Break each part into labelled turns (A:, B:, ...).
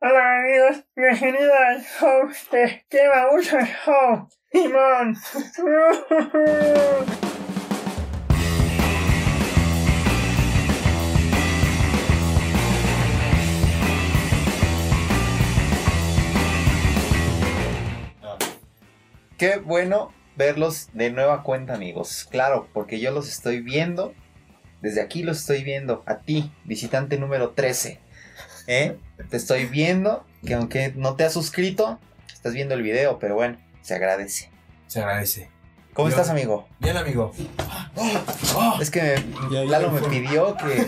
A: Hola amigos, bienvenidos al show de Lleva Mucho Show, Simón.
B: Qué bueno verlos de nueva cuenta, amigos. Claro, porque yo los estoy viendo. Desde aquí los estoy viendo. A ti, visitante número 13. ¿Eh? Te estoy viendo. Que aunque no te has suscrito, estás viendo el video, pero bueno, se agradece.
C: Se agradece.
B: ¿Cómo
C: Yo-
B: estás, amigo?
C: Bien, amigo.
B: Es que
C: Ya, ya
B: Lalo
C: me
B: me
C: fue.
B: pidió que,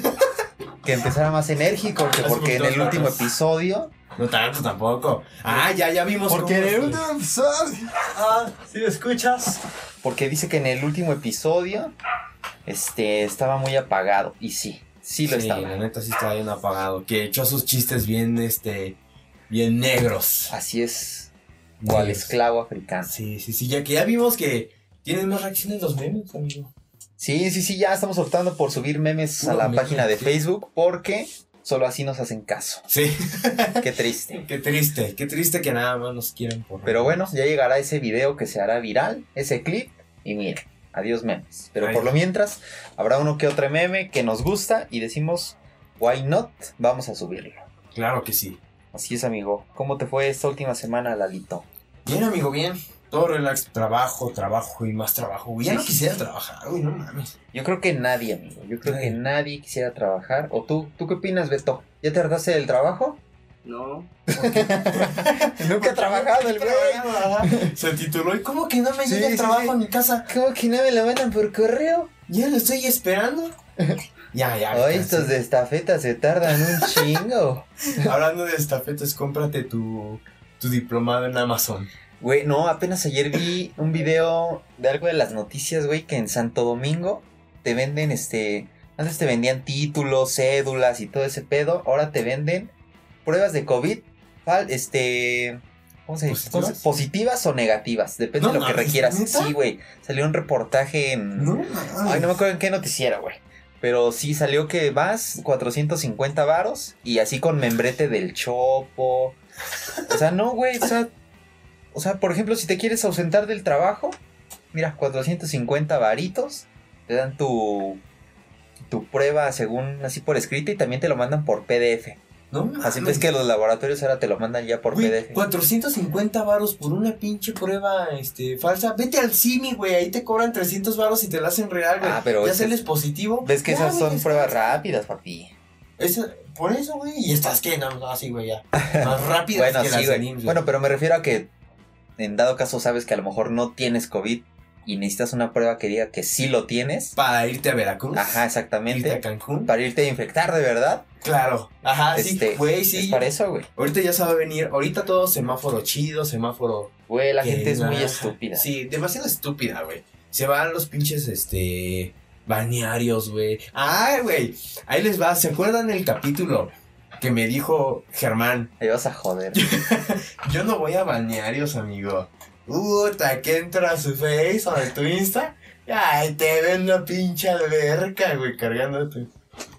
B: que empezara más enérgico, que
C: Hace
B: porque en
C: muchos
B: el último
C: ratos.
B: episodio.
C: No tanto tampoco. Ah, ya, ya vimos.
D: Porque
C: cómo
D: de
C: nos-
D: último episodio. Ah, si lo escuchas.
B: Porque dice que en el último episodio este, estaba muy apagado. Y sí, sí lo
C: Sí,
B: estaba.
C: la neta sí está bien apagado. Que echó sus chistes bien, este. Bien negros.
B: Así es. Cual
C: Sí.
B: esclavo africano.
C: Sí, sí, sí. Ya que ya vimos que tienen más reacciones los memes, amigo.
B: Sí, sí, sí, ya estamos optando por subir memes a
C: Puro
B: la
C: meme,
B: página de
C: sí.
B: Facebook porque solo así nos hacen caso.
C: Sí.
B: Qué triste.
C: qué triste. Qué triste que nada más nos quieran por.
B: Pero bueno, ya llegará ese video que se hará viral, ese clip, y miren, adiós memes. Pero
C: Ahí
B: por lo
C: está.
B: mientras, habrá uno que otro meme que nos gusta y decimos, why not, vamos a subirlo.
C: Claro que sí.
B: Así es, amigo. ¿Cómo te fue esta última semana, Lalito?
C: Bien, amigo, bien. Todo relax. Trabajo, trabajo y más trabajo. Güey, ya
B: Sí,
C: no
B: sí,
C: quisiera
B: sí.
C: trabajar, güey, no mames.
B: Yo creo que nadie, amigo. Yo creo que
C: Nadie.
B: nadie quisiera trabajar. ¿O tú? ¿Tú qué opinas, Beto? ¿Ya te hartaste del trabajo?
E: No,
B: Nunca he trabajado el güey.
C: Se tituló. ¿Y cómo que no me
B: Sí,
C: llega
B: sí,
C: el trabajo
B: sí.
C: a mi casa?
B: ¿Cómo que no me lo mandan por correo?
C: Ya lo estoy esperando. ya, ya.
B: Ay,
C: ya,
B: estos
C: sí.
B: de estafeta se tardan un chingo.
C: Hablando de estafetas, cómprate tu, tu diplomado en Amazon.
B: Güey, no, apenas ayer vi un video de algo de las noticias, güey, que en Santo Domingo te venden este. Antes te vendían títulos, cédulas y todo ese pedo. Ahora te venden pruebas de COVID, fal- este. ¿Cómo se dice?
C: ¿Positivas?
B: ¿Cómo se- ¿Positivas o negativas? Depende
C: No
B: de lo que
C: mames,
B: requieras.
C: ¿neta?
B: Sí, güey. Salió un reportaje en. Ay, no me acuerdo en qué noticiera, güey. Pero sí salió que vas 450 varos y así con membrete del chopo. O sea, no, güey. O sea, o sea, por ejemplo, si te quieres ausentar del trabajo, mira, 450 varitos, te dan tu, tu prueba según así por escrito y también te lo mandan por PDF.
C: Ah, No, mames.
B: Así Ah, es que los laboratorios ahora te lo mandan ya por
C: Güey,
B: PDF.
C: 450 varos por una pinche prueba este, falsa. Vete al CIMI, güey. Ahí te cobran 300 varos y te la hacen real, güey.
B: Ah, pero
C: ya
B: ese-
C: sales positivo.
B: ¿Ves que
C: Ya,
B: esas
C: güey,
B: son
C: es-
B: pruebas rápidas, papi?
C: esa- por eso, güey. Y estás que no, no, así, güey, ya. Más rápidas
B: Bueno,
C: que
B: sí, güey.
C: las de NIMS, güey.
B: Bueno, pero me refiero a que en dado caso sabes que a lo mejor no tienes COVID y necesitas una prueba que diga que sí lo tienes.
C: Para irte a Veracruz.
B: Ajá,
C: Irte a
B: exactamente.
C: Cancún.
B: Para irte a infectar de verdad.
C: Claro. Ajá,
B: Este,
C: sí, güey,
B: Es
C: sí.
B: para eso, güey.
C: Ahorita ya sabe venir, ahorita todo semáforo chido, semáforo.
B: Güey, la
C: que
B: gente es muy
C: naranja.
B: estúpida.
C: Sí, demasiado estúpida, güey. Se van los pinches, este. Balnearios, güey. Ay, güey. Ahí les va. ¿Se acuerdan el capítulo que me dijo Germán?
B: Ahí vas a joder.
C: Yo no voy a balnearios, amigo. Puta, que entra a su face o a tu Insta. Ay, te ven una pinche alberca, güey, cargándote.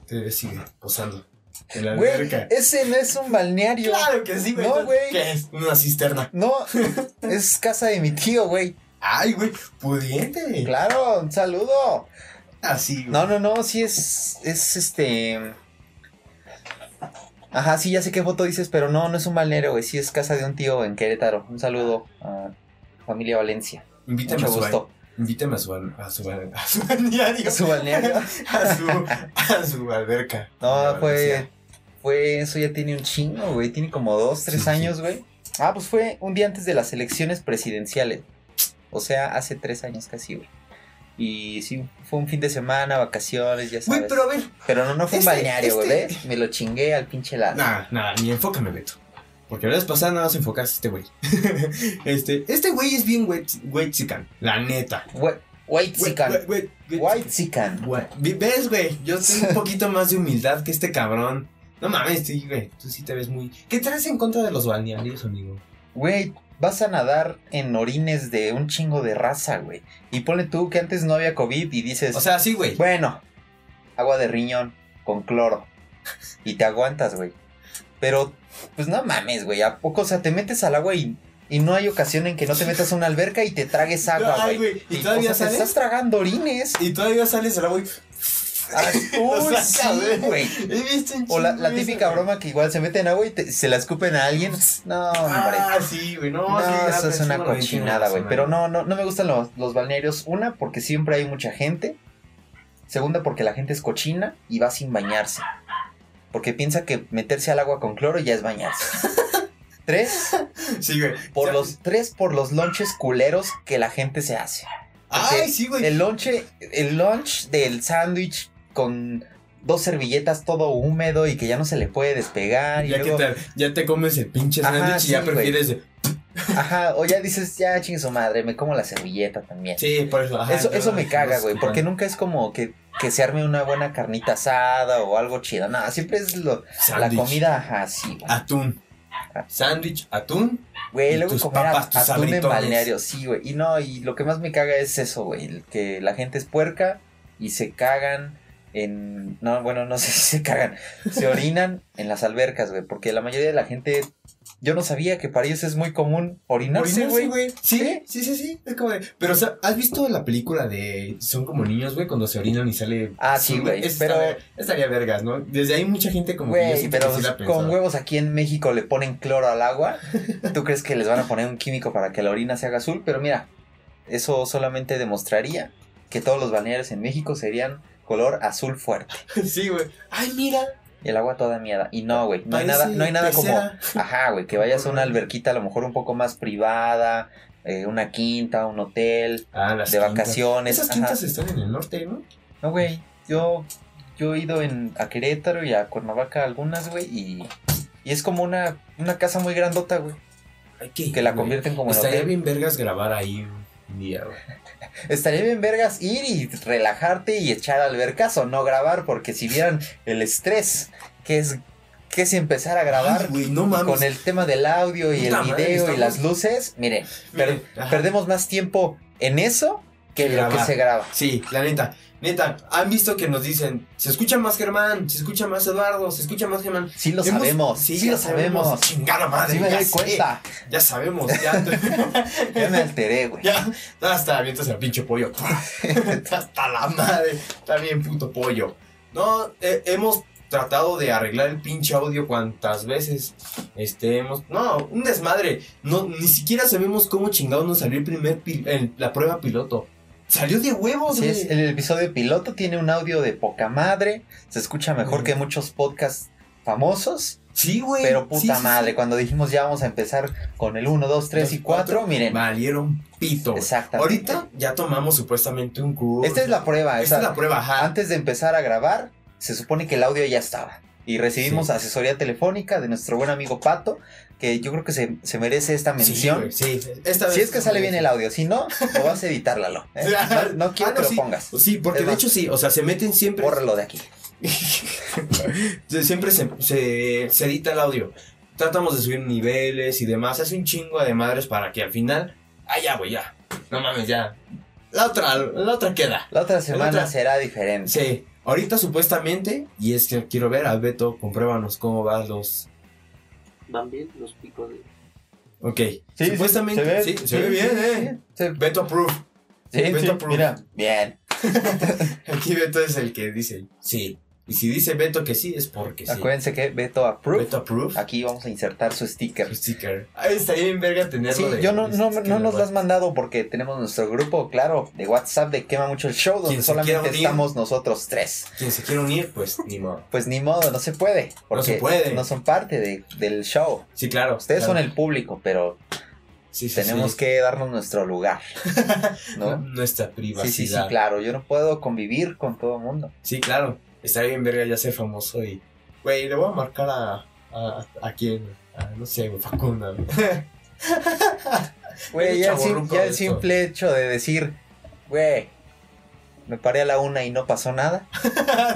C: Te sigue posando. En la
B: Güey,
C: alberca.
B: ese no es un balneario.
C: Claro que sí, güey.
B: No, güey.
C: ¿Qué es? Una cisterna.
B: No, es casa de mi tío, güey.
C: Ay, güey, pudiente.
B: Claro, un saludo.
C: Así, güey.
B: No, no, no, sí es. Es este. Ajá, sí, ya sé qué foto dices, pero no, no es un balneario, güey. Sí, es casa de un tío en Querétaro. Un saludo a familia Valencia.
C: Invítame
B: Mucho
C: a su
B: gusto.
C: Invítame a su al- a su al- a su balneario.
B: ¿A su balneario?
C: a su a su alberca.
B: No,
C: La
B: fue.
C: Valencia.
B: Fue. Eso ya tiene un chingo, güey. Tiene como dos, tres
C: Sí, sí.
B: años, güey. Ah, pues fue un día antes de las elecciones presidenciales. O sea, hace tres años casi, güey. Y sí, fue un fin de semana, vacaciones, ya sabes.
C: Güey, pero a ver.
B: Pero no, no fue un
C: este-
B: balneario, güey.
C: este-
B: ¿ves? Me lo chingué al pinche lado.
C: Nah, nah, ni enfócame, Beto. Porque la vez pasada nada más enfocaste a este güey. este, este güey es bien güey güey chican, la neta.
B: Güey, White
C: Güey,
B: Sican.
C: güey, güey, güey
B: White Sican.
C: Güey, vi- ¿Ves, güey? Yo tengo un poquito más de humildad que este cabrón. No mames, sí, güey. Tú sí te ves muy. ¿Qué traes en contra de los balnearios, amigo?
B: Güey, vas a nadar en orines de un chingo de raza, güey. Y ponle tú que antes no había COVID y dices,
C: O sea, sí, güey.
B: bueno, agua de riñón con cloro. Y te aguantas, güey. Pero, pues no mames, güey. ¿A poco? O sea, te metes al agua y, y no hay ocasión en que no te metas a una alberca y te tragues agua,
C: Ay,
B: güey.
C: güey, ¿y
B: o
C: todavía
B: sea, te
C: sale?
B: estás tragando orines.
C: Y todavía sales del agua y...
B: Ah,
C: lo
B: uy,
C: saca,
B: sí,
C: güey.
B: güey.
C: He visto un
B: O la, la
C: chingo eso,
B: típica
C: güey.
B: broma que igual se mete en agua y te- se la escupen a alguien. No, hombre.
C: Pues, Ah, sí, güey. No,
B: No,
C: sí, ya
B: eso es
C: pensé
B: una
C: lo mismo,
B: cochinada, güey. Pero no, no, no me gustan los, los balnearios. Una, porque siempre hay mucha gente. Segunda, porque la gente es cochina y va sin bañarse. Porque piensa que meterse al agua con cloro ya es bañarse. tres,
C: Sí, güey.
B: por
C: Ya-
B: los, tres, por los lonches culeros que la gente se hace.
C: Ay, sí, güey.
B: El lonche, el lunch del sándwich con dos servilletas todo húmedo y que ya no se le puede despegar. Y
C: Ya,
B: luego-
C: que te, ya te comes el pinche
B: Ajá,
C: sándwich y ya
B: sí,
C: prefieres...
B: Ajá, o ya dices, ya chingue su madre, me como la servilleta también.
C: Sí, por eso. ajá,
B: eso,
C: yo-
B: eso me caga, güey,
C: Ajá.
B: porque nunca es como que, que se arme una buena carnita asada o algo chido. No, siempre es lo, la
C: Sándwich,
B: comida ajá, así, güey.
C: Atún. Sándwich, atún.
B: Güey,
C: y
B: luego
C: tus
B: comer
C: papas, tus
B: atún en
C: sabritones.
B: balneario, sí, güey. Y no, y lo que más me caga es eso, güey, el que la gente es puerca y se cagan en... No, bueno, no sé si se cagan. Se orinan en las albercas, güey, porque la mayoría de la gente... Yo no sabía que para ellos es muy común orinarse, güey.
C: Sí, sí, sí, sí. Es como de- Pero, o sea, ¿has visto la película de. Son como niños, güey, cuando se orinan y sale.
B: Ah, sí, güey,
C: Eso
B: pero-
C: estaría- Estaría vergas, ¿no? Desde ahí mucha gente como. que yo
B: Güey,
C: siento
B: pero
C: que sí la pensaba.
B: con huevos aquí en México le ponen cloro al agua. ¿Tú crees que les van a poner un químico para que la orina se haga azul? Pero mira, eso solamente demostraría que todos los balnearios en México serían color azul fuerte.
C: Sí, güey. Ay, mira.
B: Y el agua toda miada. Y no, güey, no hay
C: parece
B: nada, no hay nada como...
C: pecera.
B: Ajá, güey, que vayas a una alberquita a lo mejor un poco más privada, eh, una quinta, un hotel,
C: Ah, las
B: de
C: quintas.
B: vacaciones.
C: Esas
B: ajá.
C: quintas están en el norte, ¿no?
B: No, güey, yo, yo he ido en, a Querétaro y a Cuernavaca algunas, güey, y, y es como una, una casa muy grandota, güey,
C: Ay,
B: que la
C: güey.
B: convierten como en
C: Estaría
B: hotel.
C: bien vergas grabar ahí güey, un día, güey.
B: Estaría bien vergas ir y relajarte y echar albercas o no grabar, porque si vieran el estrés que es, que es empezar a
C: Ay,
B: grabar
C: güey, no mames.
B: con el tema del audio y el
C: Puta madre,
B: video y
C: estamos-
B: las luces, mire,
C: Miren, ajá.
B: perdemos más tiempo en eso que en lo que
C: Grabar.
B: se graba.
C: Sí, la neta. Neta, han visto que nos dicen, se escucha más Germán, se escucha más Eduardo, se escucha más Germán.
B: Sí lo
C: Hemos-
B: sabemos, sí,
C: ya
B: lo sabemos.
C: Chingada madre.
B: Sí me
C: ya
B: doy
C: sé,
B: cuenta,
C: Ya sabemos, ya.
B: ya me alteré, güey.
C: ya, ya hasta avientas el pinche pollo. hasta la madre. Está bien puto pollo. No, eh, hemos tratado de arreglar el pinche audio cuantas veces. Este, hemos. No, un desmadre. No, ni siquiera sabemos cómo chingado nos salió el primer pil- el- la prueba piloto. Salió de huevos,
B: Así
C: güey.
B: es, el episodio piloto tiene un audio de poca madre, se escucha mejor
C: Mm.
B: que muchos podcasts famosos,
C: Sí, güey.
B: pero
C: Sí,
B: puta
C: sí, sí.
B: madre, cuando dijimos ya vamos a empezar con el 1, 2, 3 y
C: Dos, cuatro,
B: 4, miren,
C: Valieron pito. güey.
B: exactamente.
C: Ahorita ya tomamos supuestamente un curso.
B: Esta es la prueba,
C: Esta
B: esta-
C: es la prueba, ajá.
B: Ah, antes de empezar a grabar, se supone que el audio ya estaba. Y recibimos
C: Sí.
B: asesoría telefónica de nuestro buen amigo Pato, que yo creo que se, se merece esta mención.
C: Sí, güey, sí. Esta
B: si
C: vez
B: es que sale bien el audio, si no, lo vas a editar, Lalo. ¿eh? No, no quiero
C: Ah,
B: que lo
C: sí.
B: pongas.
C: Sí, porque
B: Es
C: de
B: más.
C: hecho sí, o sea, se meten siempre.
B: Bórralo de aquí.
C: Se- siempre se, se, se edita el audio. Tratamos de subir niveles y demás. Hace un chingo de madres para que al final. Ah, ya, güey, ya. No mames, ya. La otra, la otra queda.
B: La otra semana
C: otra-
B: será diferente.
C: Sí, ahorita supuestamente, y es que quiero ver, al Beto, compruébanos cómo van los.
E: Van bien los picos de.
C: Ok.
B: Sí, sí,
C: supuestamente. sí, se ve
B: sí,
C: bien,
B: sí,
C: ¿eh?
B: sí, sí.
C: Beto Proof.
B: Sí,
C: Beto
B: sí,
C: Proof.
B: mira, bien.
C: Aquí Beto es el que dice sí. Y si dice Beto que sí, es porque sí.
B: Acuérdense que Beto Approve.
C: Beto Proof.
B: Aquí vamos a insertar su sticker.
C: Su sticker. Ahí Ah, estaría bien verga tenerlo.
B: Sí,
C: de-
B: yo no, no,
C: sticker
B: no nos
C: de
B: lo has
C: WhatsApp.
B: mandado porque tenemos nuestro grupo, claro, de WhatsApp de Quema Mucho el Show, donde
C: Quien se quiera
B: solamente
C: unir.
B: estamos nosotros tres.
C: Quien se quiera unir, pues ni modo.
B: Pues ni modo, no se puede. Porque
C: se puede.
B: no son parte de- del show.
C: Sí, claro.
B: Ustedes
C: claro.
B: son el público, pero
C: Sí, sí,
B: tenemos
C: sí.
B: que darnos nuestro lugar. ¿No?
C: Nuestra
B: sí, sí, sí,
C: privacidad. Sí, claro.
B: claro. Yo no puedo convivir con todo el mundo.
C: Estaría bien verga ya ser famoso y. Güey, le voy a marcar a. ¿A, a quién? A, no sé, güey, Facundo. güey.
B: Güey,
C: Eres
B: ya, el sim-
C: chavorruco
B: ya
C: de
B: el
C: esto.
B: simple hecho de decir, güey, me paré a la una y no pasó nada,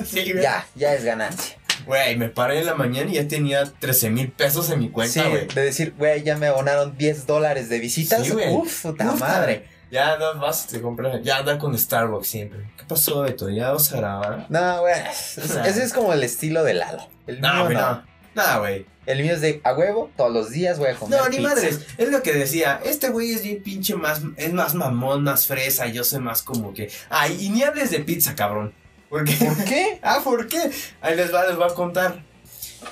C: sí, güey.
B: ya, ya es ganancia.
C: Güey, me paré en la mañana y ya tenía 13 mil pesos en mi cuenta,
B: sí,
C: güey.
B: de decir, güey, ya me abonaron 10 dólares de visitas.
C: Sí, güey.
B: Uf, puta
C: Puta.
B: madre.
C: Ya nada más te compras. Ya anda con Starbucks siempre. ¿Qué pasó, Beto? ¿Ya vamos a grabar?
B: No, güey, es- ese es como el estilo de Lalo. El mío
C: No, güey, no. Nada, güey.
B: El mío es de a huevo, todos los días voy a comer.
C: No, ni
B: pizza.
C: madres. Es lo que decía. Este güey es bien pinche más. Es más mamón, más fresa. Yo sé más como que. Ay, y ni hables de pizza, cabrón. Porque.
B: ¿Por qué?
C: Ah, ¿por qué? Ahí les va, les voy a contar.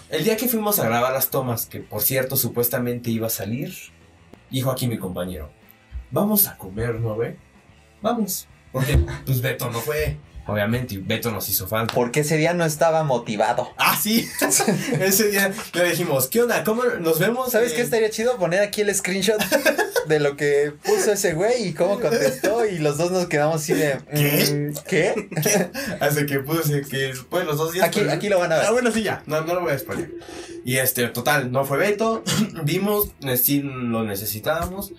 C: El día que fuimos a grabar las tomas, que por cierto supuestamente iba a salir, dijo aquí mi compañero, vamos a comer, ¿no, güey? Vamos. Porque, pues Beto no fue, obviamente, y Beto nos hizo falta.
B: Porque ese día no estaba motivado.
C: Ah, sí, ese día le dijimos, ¿qué onda? ¿Cómo nos vemos?
B: ¿Sabes
C: Eh,
B: qué estaría chido? Poner aquí el screenshot de lo que puso ese güey y cómo contestó. Y los dos nos quedamos así de.
C: ¿Qué?
B: mm, ¿Qué?
C: Hasta que puse que después los dos días...
B: Aquí,
C: pero-
B: aquí lo van a
C: Ah,
B: ver.
C: bueno, sí, ya. No, no lo voy a spoiler. Y este, total, no fue Beto. Vimos, eh, sí lo necesitábamos.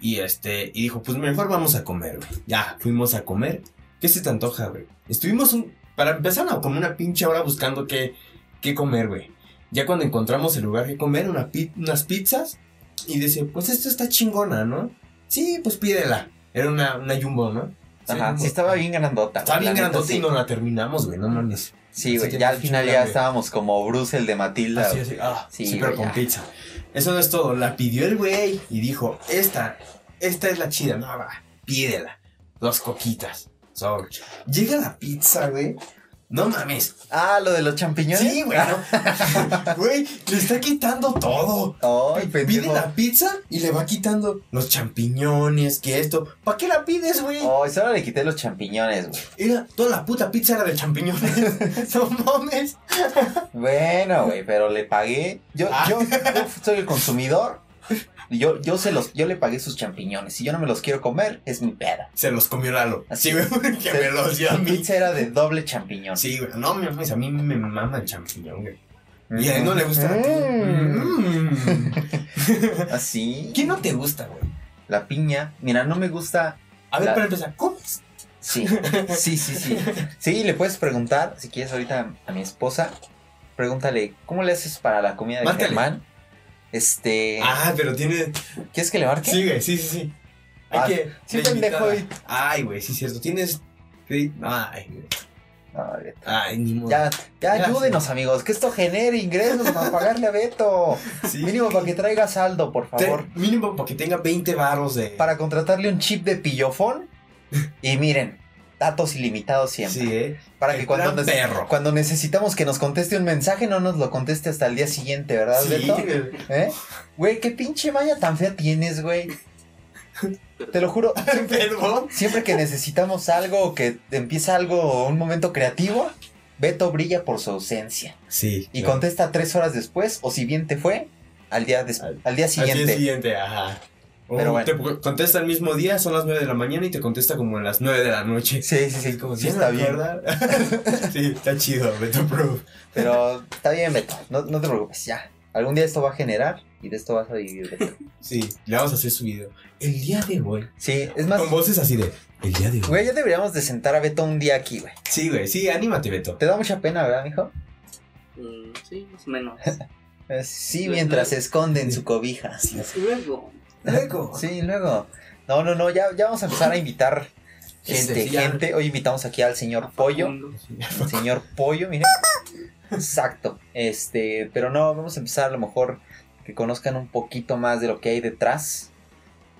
C: Y este, y dijo, pues mejor vamos a comer, güey. Ya, fuimos a comer. ¿Qué se te antoja, güey? Estuvimos un, para empezar, no, como una pinche hora buscando qué, qué comer, güey. Ya cuando encontramos el lugar que comer, una pi- unas pizzas. Y dice, pues esta está chingona, ¿no? Sí, pues pídela. Era una, una jumbo, ¿no?
B: Ajá,
C: jumbo.
B: sí, estaba bien grandota.
C: Estaba bien
B: la neta,
C: grandota y
B: sí. Mm.
C: no la terminamos, güey. No mames.
B: Sí, güey,
C: Sí,
B: ya al
C: tiene
B: final
C: mucho
B: ya
C: hambre.
B: estábamos como Bruce el de Matilda.
C: Así,
B: güey.
C: así, ah,
B: Sí,
C: sí, pero
B: güey,
C: con
B: ya.
C: pizza. Eso no es todo. La pidió el güey y dijo, esta, esta es la chida. No, va, pídela. Dos coquitas. Sobre. Llega la pizza, güey. No mames.
B: Ah, lo de los champiñones.
C: Sí, güey. no. Güey, le está quitando todo.
B: Ay,
C: Pide
B: pendejo.
C: la pizza y le va quitando los champiñones, que esto. ¿Para qué la pides, güey?
B: Ay, solo le quité los champiñones, güey.
C: Era, toda la puta pizza era de champiñones. no mames.
B: Bueno, güey, pero le pagué. Yo,
C: Ah.
B: yo, yo soy el consumidor. Yo, yo se los, yo le pagué sus champiñones. Si yo no me los quiero comer, es mi peda.
C: Se los comió Lalo.
B: Así.
C: Así, güey, que
B: Se-
C: me los dio a
B: La
C: mí.
B: pizza era de doble champiñón.
C: Sí, güey. No, mi mames, a mí me mama el champiñón, güey. Y a él
B: Mm.
C: no le gusta. la pi- Mm.
B: Así.
C: ¿Qué no te gusta, güey?
B: Ah, La piña. Mira, no me gusta.
C: A ver,
B: La-
C: para empezar, ¿comes?
B: Sí, sí, sí, sí. Sí, le puedes preguntar, si quieres ahorita a mi esposa, pregúntale, ¿cómo le haces para la comida de
C: Márcale.
B: Germán? Este,
C: Ah, pero tiene.
B: ¿quieres que le marque?
C: Sí, güey, sí, sí, sí. Hay
B: Ah,
C: que.
B: sí,
C: de
B: pendejo,
C: invitada. Ay, güey, sí, cierto. Tienes. sí, Ay, güey.
B: Ay, Beto.
C: Ay, ni modo.
B: ya, ya
C: Ya,
B: ayúdenos, amigos, que esto genere ingresos para pagarle a Beto.
C: Sí.
B: Mínimo para que traiga saldo, por
C: Te-
B: favor.
C: mínimo para que tenga 20 barros de.
B: Para contratarle un chip de pillofón. Y miren, datos ilimitados siempre.
C: Sí, eh.
B: para que
C: El
B: cuando,
C: plan
B: nece-
C: perro.
B: cuando necesitamos que nos conteste un mensaje, no nos lo conteste hasta el día siguiente, ¿verdad,
C: Sí,
B: Beto?
C: güey.
B: ¿Eh? Güey, qué pinche malla tan fea tienes, güey. Te lo juro, siempre,
C: Perdón.
B: siempre que necesitamos algo o que empieza algo o un momento creativo, Beto brilla por su ausencia.
C: Sí.
B: Y
C: claro.
B: contesta tres horas después, o si bien te fue, al día, des-
C: Al-
B: al día siguiente.
C: Al día siguiente, ajá. O
B: Pero bueno.
C: Te pu- contesta el mismo día, son las 9 de la mañana y te contesta como a las 9 de la noche. Pues,
B: Sí, sí, sí,
C: Como
B: sí
C: si
B: está
C: no,
B: bien.
C: ¿verdad? sí, está chido, Beto Pro.
B: Pero está bien, Beto. No, no te preocupes, ya. Algún día esto va a generar y de esto vas a vivir, Beto.
C: Sí, le vamos a hacer su video. El día de hoy.
B: Sí, es más,
C: Con voces así de. El día de hoy.
B: güey, ya deberíamos de sentar a Beto un día aquí, güey.
C: Sí, güey, sí, anímate, Beto.
B: Te da mucha pena, ¿verdad, mijo?
E: Mm, sí, más o menos.
B: Eh, Sí, mientras se esconde en su cobija.
E: Luego,
D: Luego.
B: Sí, luego. No, no, no, ya, ya vamos a empezar a invitar gente,
C: Gente, Este, sí, ya.
B: gente. Hoy invitamos aquí al señor Pollo.
E: Facundo.
B: al señor Pollo, mire. Exacto. Este, pero no, vamos a empezar a lo mejor que conozcan un poquito más de lo que hay detrás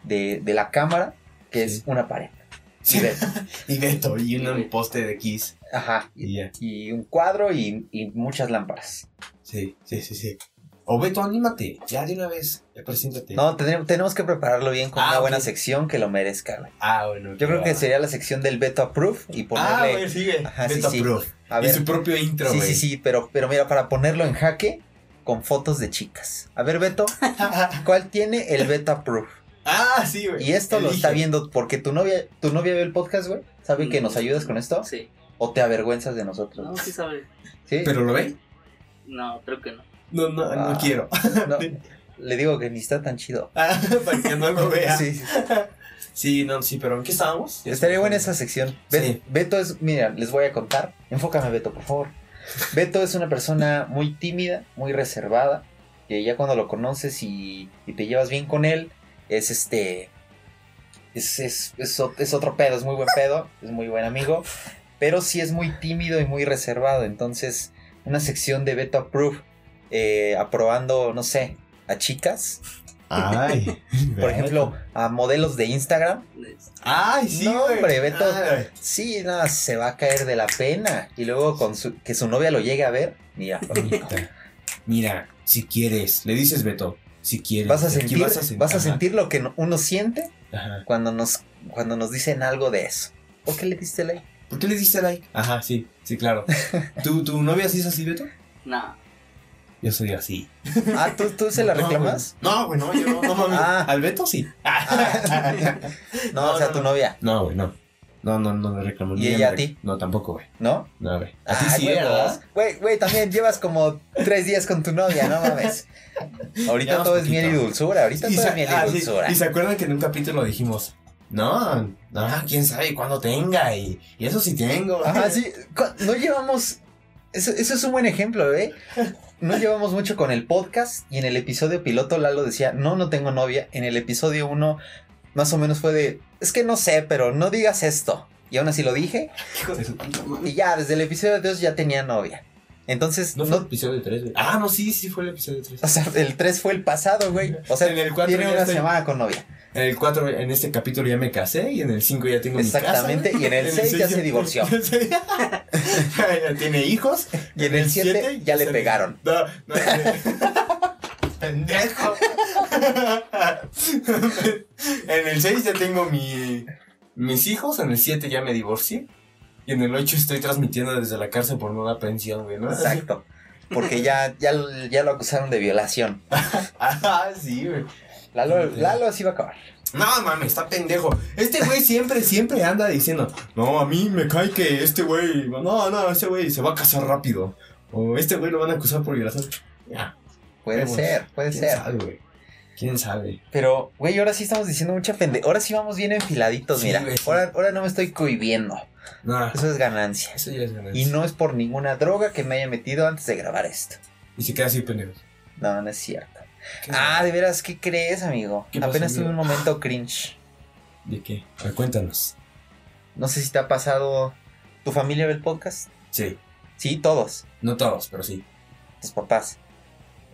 B: de, de la cámara, que
C: Sí.
B: es una pared.
C: Sí.
B: Y ves,
C: Y Beto, y un poste de Kiss.
B: Ajá. Y,
C: Y ya.
B: y un cuadro y, y muchas lámparas.
C: Sí, sí, sí, sí. O Beto, anímate. Ya de una vez. Ya preséntate.
B: No, tendremos- tenemos que prepararlo bien con
C: Ah,
B: una buena
C: ok.
B: sección que lo merezca, güey.
C: Ah, bueno.
B: Yo creo
C: va.
B: que sería la sección del Beto Approve y ponerle.
C: Ah, güey, sigue.
B: Ajá, sí,
C: Beto
B: sí.
C: Pro.
B: a
C: Y
B: ver,
C: su propio intro,
B: Sí,
C: güey.
B: sí, sí, pero, pero mira, para ponerlo en jaque con fotos de chicas. A ver, Beto, ¿cuál tiene el Beto Approve?
C: Ah, sí, güey.
B: Y esto lo
C: Elige.
B: está viendo porque tu novia, tu novia ve el podcast, güey. ¿Sabe que nos
E: Mm,
B: ayudas con esto?
E: Sí.
B: ¿O te avergüenzas de
E: No,
B: nosotros?
E: sí sabe.
B: Sí.
C: ¿Pero lo ve?
E: No, creo que no.
C: No, no,
B: Ah.
C: no quiero.
B: No, le digo que ni está tan chido.
C: Ah, para que no lo vea.
B: Sí, sí.
C: Sí, no, sí, pero ¿en qué estábamos? Ya
B: Estaría
C: se me
B: buena
C: fue.
B: esa sección.
C: Sí.
B: Bet- Beto es, mira, les voy a contar. Enfócame, Beto, por favor. Beto es una persona muy tímida, muy reservada, que ya cuando lo conoces y, y te llevas bien con él, es este... Es, es, es o- es otro pedo, es muy buen pedo, es muy buen amigo, pero sí es muy tímido y muy reservado. Entonces, una sección de Beto Approve eh, aprobando, no sé, a chicas,
C: Ay.
B: por ejemplo, a modelos de Instagram.
E: Es-
C: Ay, sí,
B: No,
C: güey. Ah,
B: hombre, ve todo.
C: Ay.
B: Sí, nada, se va a caer de la pena. Y luego con su- que su novia lo llegue a ver, mira,
C: Ahorita. Mira, si quieres, le dices Beto, si quieres.
B: vas a
C: de aquí
B: sentir, vas a,
C: sen- ajá,
B: sentir lo que no- uno siente
C: ajá.
B: cuando nos, cuando nos dicen algo de eso. ¿Por qué le diste like?
C: ¿Por qué le diste like? Ajá, sí, sí, claro. ¿Tú, ¿Tu novia sí es así, Beto?
E: No,
C: Yo soy así.
B: Ah, ¿tú, tú se la
C: No,
B: reclamas?
C: güey. No, güey, no, yo no, no mames.
B: Ah.
C: Al Beto sí.
B: No,
C: No,
B: o sea,
C: no,
B: tu
C: no.
B: novia,
C: No, güey, no. No, no, no le reclamo.
B: ¿Y
C: Ni
B: ella
C: me
B: a ti?
C: No, tampoco, güey.
B: ¿no?
C: No, güey. A ti
B: Ah,
C: sí,
B: huevos.
C: ¿verdad?
B: Güey, güey, también llevas como tres días con tu novia, no mames. Ahorita
C: Llevas
B: todo es
C: poquito.
B: miel y dulzura, ahorita todo
C: se-
B: es miel
C: ah,
B: y
C: sí,
B: dulzura.
C: y se acuerdan que en un capítulo dijimos, no, no, quién sabe cuándo tenga, y, y eso sí tengo.
B: Ajá, sí, cu- no llevamos... Eso, eso es un buen ejemplo, ¿eh? No llevamos mucho con el podcast y en el episodio piloto Lalo decía, no, no tengo novia. En el episodio uno más o menos fue de, es que no sé, pero no digas esto. Y aún así lo dije
C: Hijo de su puta madre.
B: y ya, desde el episodio 2 ya tenía novia. Entonces,
C: No
B: no,
C: fue el episodio 3, güey. Ah, no, sí, sí fue el episodio 3.
B: o sea, el 3 fue el pasado, güey. O sea,
C: En el cuatro
B: tiene
C: ya
B: una
C: estoy-
B: semana con novia.
C: En el 4, en este capítulo ya me casé, y en el 5 ya tengo mi casa.
B: Exactamente,
C: güey.
B: y en el seis ya se divorció.
C: ya tiene hijos.
B: Y en el 7
C: siete
B: ya le
C: se-
B: pegaron.
C: No, no. Pendejo. en el 6 ya tengo mi, mis hijos, en el 7 ya me divorcié. Y en el 8 estoy transmitiendo desde la cárcel por no dar pensión, güey, ¿no?
B: Exacto. Porque ya, ya, ya lo acusaron de violación.
C: Ah, sí, güey.
B: Lalo, Lalo así va a acabar.
C: No, mami, está pendejo. Este güey siempre, siempre anda diciendo, no, a mí me cae que este güey, no, no, este güey se va a casar rápido. O este güey lo van a acusar por violación. Ya,
B: Puede
C: Vemos.
B: ser, puede
C: quién
B: ser.
C: sabe, güey. Quién sabe.
B: Pero, güey, ahora sí estamos diciendo mucha pende... Ahora sí vamos bien enfiladitos,
C: Sí,
B: mira.
C: güey, sí.
B: Ahora, ahora no me estoy cohibiendo.
C: No,
B: Eso es ganancia.
C: eso ya es ganancia.
B: Y no es por ninguna droga que me haya metido antes de grabar esto.
C: Y se queda así pendejo.
B: No, no es cierto.
C: ¿Qué
B: Ah, de veras, ¿qué crees, amigo?
C: ¿Qué pasó,
B: Apenas tuve un
C: amigo?
B: momento cringe.
C: ¿De qué? A ver, cuéntanos.
B: No sé si te ha pasado. ¿Tu familia ve el podcast?
C: Sí,
B: Sí, todos.
C: no todos, pero sí.
B: Tus papás.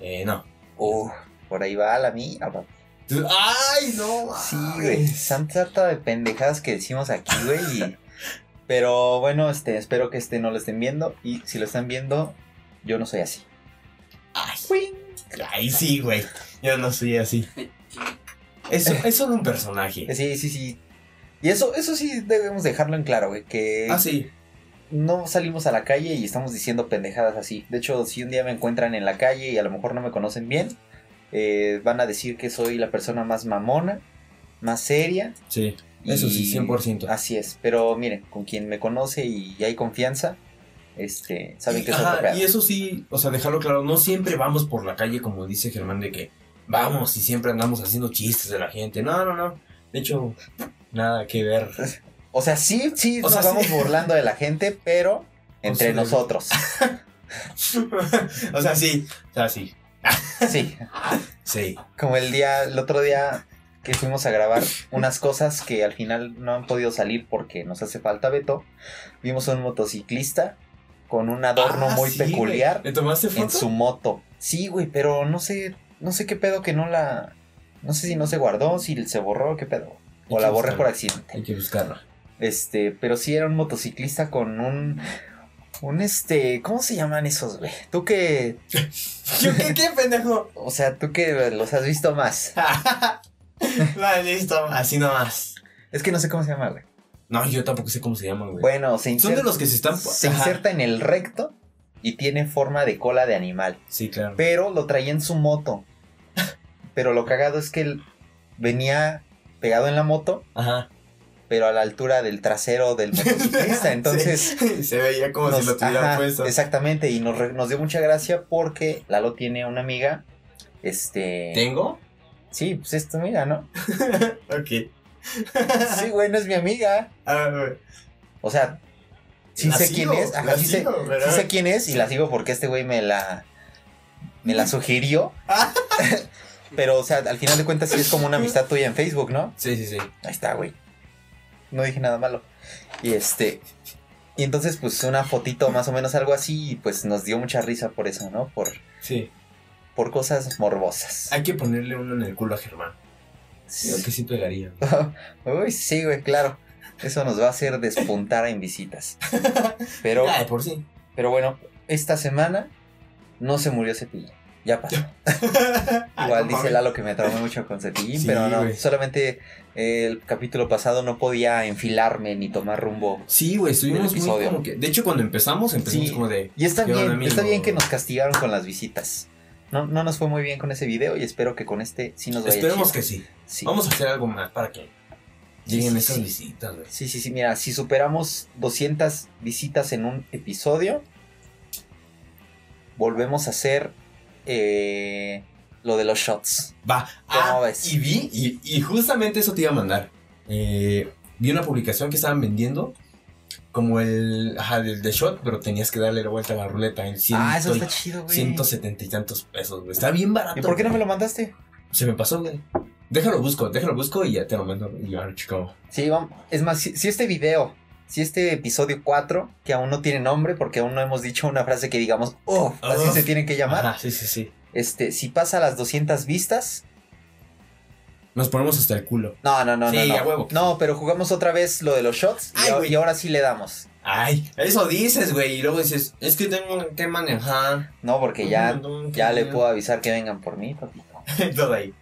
C: Eh, no.
B: Uh, por ahí va la mía, papá.
C: Tú- ¡Ay, no!
B: Sí, Ah, güey.
C: mames!
B: Santa harta de pendejadas que decimos aquí, güey. y- Pero bueno, este, espero que este no lo estén viendo. Y si lo están viendo, yo no soy así.
C: Ay, ay, sí, güey. Yo no soy así. Eso, es solo un personaje.
B: Eh, Sí, sí, sí. Y eso, eso sí debemos dejarlo en claro, güey. Que
C: Ah, sí.
B: no salimos a la calle y estamos diciendo pendejadas así. De hecho, si un día me encuentran en la calle y a lo mejor no me conocen bien, eh, van a decir que soy la persona más mamona, más seria.
C: Sí. Eso
B: Y-
C: sí, 100%.
B: Así es, pero miren, con quien me conoce y hay confianza, este, saben
C: Y-
B: que es
C: ajá,
B: otro pedo.
C: Y eso sí, o sea, dejarlo claro, no siempre vamos por la calle como dice Germán de que vamos y siempre andamos haciendo chistes de la gente. No, no, no. De hecho, nada que ver.
B: O sea, sí, sí,
C: O
B: nos
C: sea, sí.
B: vamos burlando de la gente, pero entre
C: sea, de-
B: nosotros.
C: o sea, sí. O sea, sí.
B: sí,
C: Sí.
B: como el día, el otro día que fuimos a grabar unas cosas que al final no han podido salir porque nos hace falta Beto, vimos a un motociclista con un adorno
C: Ah,
B: muy
C: sí, güey.
B: peculiar
C: ¿Le tomaste foto?
B: en su moto. Sí, güey, pero no sé, no sé qué pedo que no la, no sé si no se guardó, si se borró, qué pedo. O
C: Hay
B: la
C: que
B: borré por
C: buscarla.
B: accidente.
C: Hay que buscarla.
B: Este, pero sí era un motociclista con un. Un este. ¿Cómo se llaman esos, güey? Tú que.
C: ¿Yo qué, qué pendejo?
B: O sea, tú que los has visto más.
C: Vale, listo. Así nomás.
B: Es que no sé cómo se llama, güey.
C: No, yo tampoco sé cómo se llaman, güey.
B: Bueno, se
C: Son de
B: inserta,
C: los que se están.
B: se
C: Ajá.
B: inserta en el recto y tiene forma de cola de animal.
C: Sí, claro.
B: Pero lo traía en su moto. Pero lo cagado es que él venía pegado en la moto,
C: Ajá.
B: pero a la altura del trasero del motociclista. Entonces.
C: Sí, se veía como si
B: Nos-
C: lo tuvieran
B: ajá,
C: puesto.
B: Exactamente, y nos, re- nos dio mucha gracia porque Lalo tiene una amiga. Este.
C: ¿Tengo?
B: Sí, pues es tu amiga, ¿no?
C: Ok.
B: Sí, güey, no es mi amiga.
C: A ver,
B: O sea, sí
C: la
B: sé
C: sigo,
B: quién es. Ajá,
C: la
B: sí, sé,
C: sigo, pero-
B: sí sé quién es y la sigo porque este güey me la. Me la sugirió. Pero, o sea, al final de cuentas sí es como una amistad tuya en Facebook, ¿no?
C: Sí, sí, sí.
B: Ahí está, güey. No dije nada malo. Y este. Y entonces, pues, una fotito más o menos algo así, y pues nos dio mucha risa por eso, ¿no? Por,
C: Sí.
B: por cosas morbosas.
C: Hay que ponerle uno en el culo a Germán. Creo que sí pegaría. güey.
B: Uy, sí, güey, claro. Eso nos va a hacer despuntar en visitas. Pero,
C: Ya, de Ah, por sí.
B: pero bueno, esta semana no se murió Cepillín. Ya pasó.
C: Ay,
B: Igual
C: Ah, no
B: dice
C: mames.
B: Lalo que me traumé mucho con Cepillín,
C: Sí,
B: pero no.
C: güey.
B: Solamente el capítulo pasado no podía enfilarme ni tomar rumbo.
C: Sí, güey, estuvimos
B: Del
C: muy
B: episodio.
C: como que. De hecho, cuando empezamos, empezamos
B: Sí.
C: como de.
B: Y está
C: ¿Qué onda,
B: bien,
C: amigo?
B: está bien que nos castigaron con las visitas. No, no nos fue muy bien con ese video y espero que con este sí nos vaya
C: Esperemos que
B: chido.
C: sí.
B: Sí.
C: Vamos a hacer algo más para que lleguen
B: Sí,
C: esas
B: sí.
C: visitas, güey.
B: Sí, sí, sí, mira, si superamos 200 visitas en un episodio, volvemos a hacer eh, lo de los shots.
C: Va.
B: ¿Cómo
C: Ah,
B: ves?
C: y vi, y, y justamente eso te iba a mandar. Eh, vi una publicación que estaban vendiendo como el, ajá, el de shot, pero tenías que darle la vuelta a la ruleta en 100,
B: ah, eso está chido, güey.
C: 170 y tantos pesos, güey. Está bien barato.
B: ¿Y por qué no me
C: güey.
B: lo mandaste?
C: Se me pasó, güey. Déjalo busco, déjalo busco y ya te lo mando. Y ahora, chico.
B: Sí, vamos. Es más, si, si este video, si este episodio 4, que aún no tiene nombre porque aún no hemos dicho una frase que digamos, oh, así
C: Uf.
B: se tiene que llamar,
C: Ajá, sí, sí, sí.
B: este, si pasa las 200 vistas,
C: Nos ponemos hasta el culo.
B: no, no, no,
C: Sí,
B: no. No.
C: a huevo.
B: no, pero jugamos otra vez lo de los shots y
C: Ay,
B: a-
C: güey.
B: y ahora sí le damos.
C: Ay, eso dices, güey. Y luego dices, es que tengo que manejar.
B: No, porque ya Ya le puedo avisar que vengan por mí, papito.
C: Todo ahí.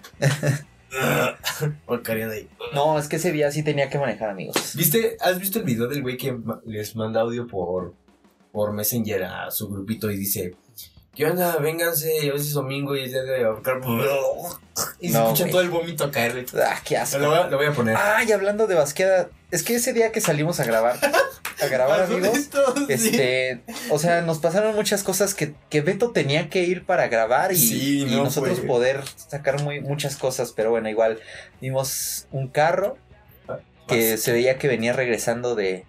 C: Porcaría de ahí.
B: No, es que ese día sí tenía que manejar, amigos.
C: ¿Viste? ¿Has visto el video del güey que ma- les manda audio por, por Messenger a su grupito y dice: ¿Qué onda? Vénganse, hoy es domingo y es día de ahorcar. Y se
B: No,
C: escucha
B: güey.
C: todo el vómito caer, güey.
B: Ah, qué
C: Lo
B: asco.
C: voy, a, lo voy a poner.
B: Ay, hablando de basqueada, es que ese día que salimos a grabar, a grabar, amigos,
C: Este...
B: este, o sea, nos pasaron muchas cosas que, que Beto tenía que ir para grabar y,
C: Sí,
B: y
C: no, pues.
B: nosotros
C: güey.
B: poder sacar muy, muchas cosas, pero bueno, igual vimos un carro que se veía que venía regresando de,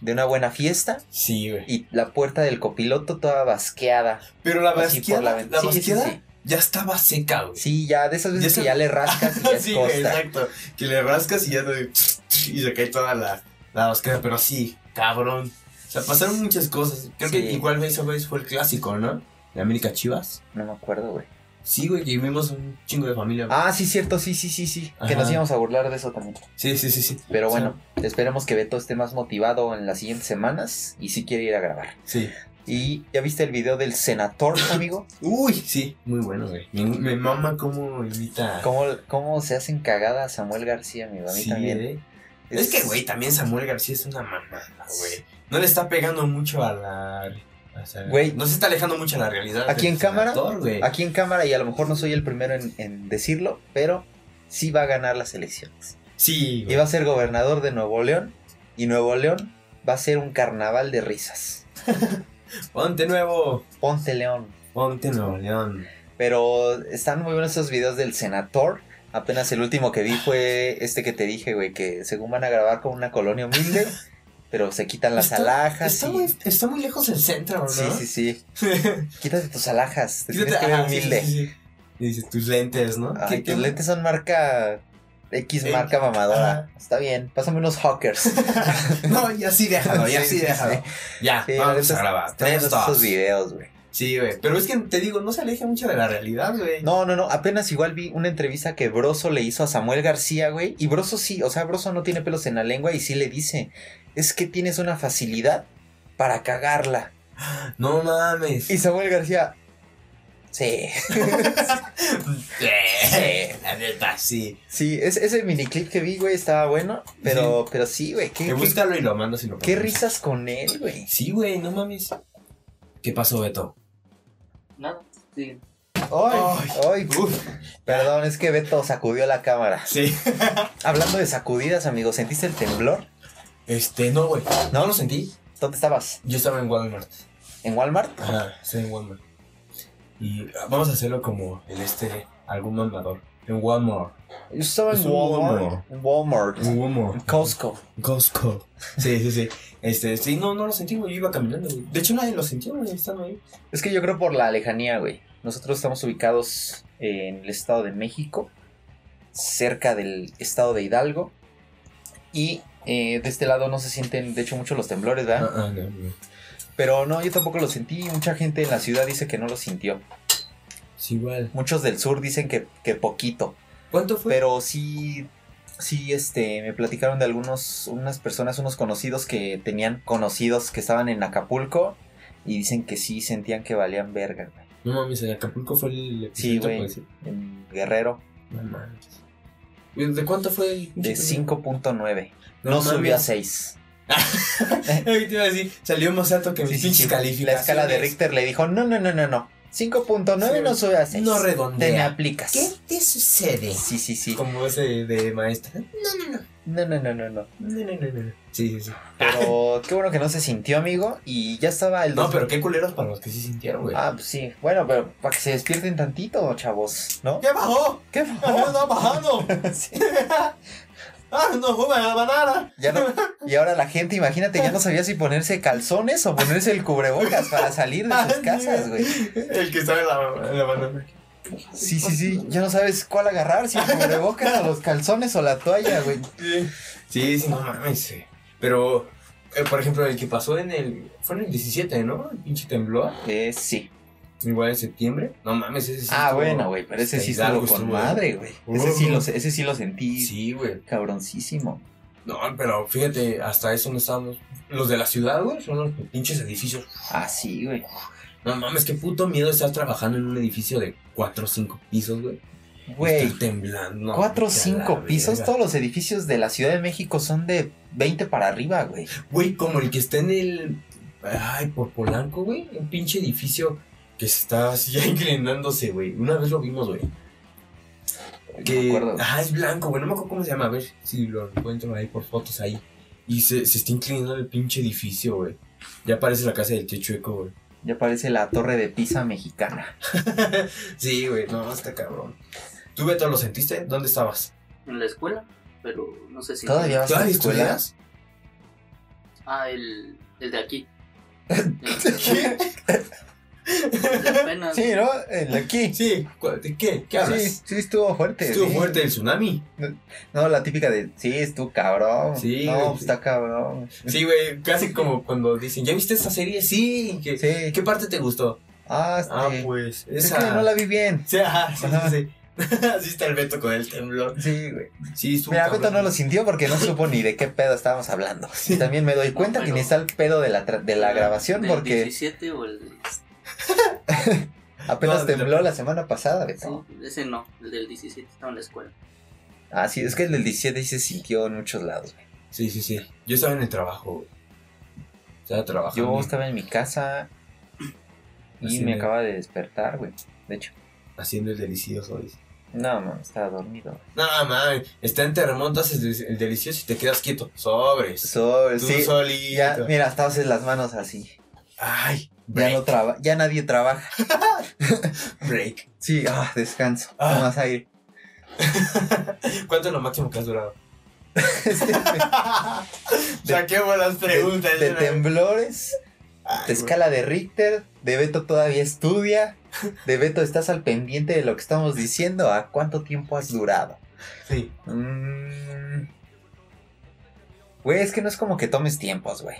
B: de una buena fiesta
C: Sí, güey.
B: y la puerta del copiloto toda basqueada.
C: Pero la
B: así
C: basqueada,
B: por la
C: la,
B: ventana. Sí, sí,
C: basqueada
B: sí.
C: ya estaba seca, güey.
B: Sí, ya, de esas veces que
C: Ya se-
B: ya le rascas y ya es
C: Sí, güey,
B: costa.
C: exacto. Que le rascas y ya te- y se cae toda la, la basqueta, pero sí, cabrón. O sea, pasaron muchas cosas. Creo
B: Sí.
C: que igual de esa vez fue el clásico, ¿no? De América Chivas.
B: No me acuerdo, güey.
C: Sí, güey, que vimos un chingo de familia. güey.
B: Ah, sí, cierto, sí, sí, sí, sí. Que
C: Ajá.
B: nos íbamos a burlar de eso también.
C: Sí, sí, sí, sí.
B: Pero bueno, esperemos que Beto esté más motivado en las siguientes semanas y si quiere ir a grabar.
C: Sí.
B: ¿Y ya viste el video del senator, amigo?
C: Uy, sí, muy bueno, güey. Me, me mama cómo imita.
B: ¿Cómo, ¿Cómo se hacen cagada a Samuel García, amigo? A mí
C: Sí,
B: también.
C: eh. Es que, güey, también Samuel García es una mamada, güey. No le está pegando mucho a la. o sea,
B: Güey.
C: No se está alejando mucho a la realidad.
B: Aquí
C: del
B: en cámara,
C: senador, güey.
B: Aquí en cámara, y a lo mejor no soy el primero en, en decirlo, pero sí va a ganar las elecciones.
C: Sí,
B: Y
C: güey.
B: va a ser gobernador de Nuevo León. Y Nuevo León va a ser un carnaval de risas.
C: Ponte nuevo.
B: Ponte León.
C: Ponte nuevo, León.
B: Pero están muy buenos esos videos del Senator. Apenas el último que vi fue este que te dije, güey, que según van a grabar con una colonia humilde, pero se quitan las
C: Está-
B: alhajas
C: Está,
B: y-
C: muy, está muy lejos el centro, ¿no?
B: Sí, sí, sí. Quítate tus alhajas, te tienes
C: Quítate-
B: que ver
C: ajá, sí,
B: humilde.
C: sí, sí. Y dices, tus lentes, ¿no?
B: Ay,
C: ¿Qué-
B: tus
C: qué-
B: lentes son marca X,
C: Eh,
B: marca mamadora.
C: ajá.
B: Está bien, pásame unos hawkers.
C: Ah, no, ya sí déjalo, ya
B: Sí,
C: sí,
B: sí,
C: déjalo.
B: sí.
C: Ya,
B: Sí,
C: vamos
B: estos-
C: a grabar.
B: Están
C: Tres,
B: buenos esos
C: dos.
B: videos, güey.
C: Sí, güey. Pero es que te digo, no se aleja mucho de la realidad, güey.
B: No, no, no. Apenas igual vi una entrevista que Broso le hizo a Samuel García, güey. Y Broso sí, o sea, Broso no tiene pelos en la lengua y sí le dice, es que tienes una facilidad para cagarla.
C: No mames.
B: Y Samuel García, sí,
C: Sí, La neta, sí.
B: sí. Es, ese miniclip que vi, güey, estaba bueno. Pero, pero sí, güey. Qué,
C: Que
B: qué-
C: búscalo y lo mando si lo
B: qué
C: pones.
B: risas con él, güey.
C: Sí, güey, no mames. ¿Qué pasó, Beto?
E: Nada, sí.
B: Ay, ay,
C: Uf,
B: perdón, es que Beto sacudió la cámara.
C: sí.
B: Hablando de sacudidas, amigo, ¿sentiste el temblor?
C: Este, no, güey. No lo sentí.
B: ¿Dónde estabas?
C: Yo estaba en Walmart.
B: ¿En Walmart?
C: Ajá, estoy en Walmart. Y ah, vamos a hacerlo como el este, algún mamador. En Walmart.
B: Yo estaba en
C: Es un
B: Walmart.
C: Walmart.
B: En Walmart.
C: En Walmart.
B: Costco.
C: Costco. Sí, sí, sí. Este, sí, no, no lo sentí, güey. Yo iba caminando, güey. De hecho, nadie lo sintió, güey. Estando ahí.
B: Es que yo creo por la lejanía, güey. Nosotros estamos ubicados en el Estado de México, cerca del Estado de Hidalgo. Y eh, de este lado no se sienten, de hecho, mucho los temblores, ¿verdad?
C: Ah, ah, no, no.
B: Pero no, yo tampoco lo sentí. Mucha gente en la ciudad dice que no lo sintió.
C: Sí, igual.
B: Muchos del sur dicen que, que poquito.
C: ¿Cuánto fue?
B: Pero sí, sí, este, me platicaron de algunos, unas personas, unos conocidos que tenían conocidos que estaban en Acapulco y dicen que sí sentían que valían verga, güey.
C: No mames, en Acapulco fue el
B: Sí,
C: epicentro,
B: güey.
C: pues.
B: En Guerrero,
C: No mames. ¿Y ¿De cuánto fue el
B: de 5.9.
C: No
B: No,
C: mames.
B: subió a 6.
C: Ahí te iba a decir, salió más alto que mis
B: Sí, sí,
C: pinches
B: sí. La
C: calificaciones.
B: escala de Richter le dijo, no, no, no, no, no. 5.9
C: Sí.
B: no sube a 6.
C: No
B: Te me
C: redondea.
B: aplicas.
C: ¿Qué te sucede?
B: Sí, sí, sí.
C: Como ese de maestra. No, no, no.
B: No, no, no, no, no.
C: No, no, no, no. Sí, sí, sí.
B: Pero qué bueno que no se sintió, amigo. Y ya estaba el...
C: No,
B: dos-
C: pero qué culeros para los que sí sintieron, güey.
B: Ah, pues sí. Bueno, pero para que se despierten tantito, chavos, ¿no?
C: ¡Ya bajó!
B: ¿Qué
C: ¡Ya
B: fue?
C: está bajando!
B: Sí.
C: ¡Ah, no come la banana!
B: Ya no- y ahora la gente, imagínate, ya no sabía si ponerse calzones o ponerse el cubrebocas para salir de
C: Ah,
B: sus casas, güey.
C: El que sabe la, la banana.
B: Sí, sí, sí. Ya no sabes cuál agarrar, si el cubrebocas o los calzones o la toalla, güey.
C: Sí, sí, sí, no mames. sí. Pero, eh, por ejemplo, el que pasó en el. Fue en el 17, ¿no? El pinche temblor.
B: Eh, sí.
C: Igual en septiembre. No mames, ese sí.
B: Ah,
C: estuvo-
B: bueno, güey, pero ese sí
C: Hidalgo
B: estuvo con
C: estuvo-
B: madre, güey. Ese sí
C: Uh.
B: lo, ese sí lo sentí
C: Sí, güey.
B: cabroncísimo.
C: No, pero fíjate, hasta eso no estábamos. Los de la ciudad, güey, son los pinches edificios.
B: Ah, sí, güey.
C: No mames, qué puto miedo estar trabajando en un edificio de 4 o 5 pisos, güey.
B: Güey,
C: Estar temblando. no,
B: cuatro o
C: vete a
B: cinco
C: la
B: pisos,
C: verga.
B: todos los edificios de la Ciudad de México son de 20 para arriba, güey.
C: Güey, como el que está en el. Ay, por Polanco, güey. Un pinche edificio que se está así ya inclinándose, güey. Una vez lo vimos, güey.
B: me
C: Que.
B: acuerdo.
C: ah, es blanco, güey. No me acuerdo cómo se llama. A ver si lo encuentro ahí por fotos ahí. Y se, se está inclinando el pinche edificio, güey. Ya parece la casa del tío Chueco, güey.
B: Ya parece la torre de Pisa mexicana.
C: Sí, güey, no, está cabrón. ¿Tú, Beto, lo sentiste? ¿Dónde estabas?
E: en la escuela, pero no sé si.
B: Todavía vas a la
C: ¿Todavía
B: escuela.
C: estudias?
E: Ah, el, el de aquí. El de apenas.
B: Sí, ¿no? El de aquí.
C: Sí, ¿cu- de ¿qué? ¿Qué hablas?
B: Sí, sí, estuvo fuerte.
C: Estuvo
B: sí.
C: fuerte el tsunami.
B: No, la típica de, sí, estuvo cabrón.
C: Sí,
B: No,
C: güey.
B: pues, está cabrón.
C: Sí, güey, casi como cuando dicen, ¿ya viste esta serie? Sí, ¿qué,
B: Sí.
C: ¿qué parte te gustó?
B: Ah, este,
C: Ah, pues,
B: Es
C: esa.
B: que no la vi bien.
C: Sí, ajá, sí,
B: Ajá.
C: sí, sí. Así está el Beto con el temblor.
B: Sí, güey.
C: Sí, estuvo
B: Mira, Beto
C: cabrón.
B: no lo sintió porque no supo ni de qué pedo estábamos hablando. Y también me doy cuenta
E: No,
B: que
E: pero-
B: ni está el pedo de la, tra- de
C: Ah,
B: la grabación
E: ¿Del
B: porque
E: 17 o el.
B: apenas
C: No, de-
B: tembló la semana pasada, Beto.
E: sí, ese no, el del 17 estaba en la escuela.
B: Ah, sí, es que el del 17 sí se sintió en muchos lados. güey.
C: Sí, sí, sí. Yo estaba en el trabajo, güey. Estaba trabajando.
B: Yo estaba en mi casa y
C: Así
B: me
C: de-
B: acaba de despertar, güey. De hecho,
C: Haciendo el delicioso, dice.
B: no, no, estaba dormido.
C: No, mames, está en terremoto, haces el- el delicioso y te quedas quieto. Sobres.
B: Sobre,
C: Tú
B: sí.
C: solito.
B: Ya, mira, hasta haces las manos así.
C: Ay,
B: Ya,
C: break,
B: no traba- ya nadie trabaja.
C: break.
B: Sí, ah, descanso.
C: Ah.
B: Tomas aire.
C: ¿Cuánto es lo máximo que has durado? Saqué buenas preguntas.
B: de
C: yo no-
B: temblores.
C: Ay,
B: de
C: güey.
B: escala de Richter, de Beto todavía estudia, de Beto estás al pendiente de lo que estamos diciendo, ¿a cuánto tiempo has durado?
C: Sí.
B: Mm. Güey, es que no es como que tomes tiempos, güey.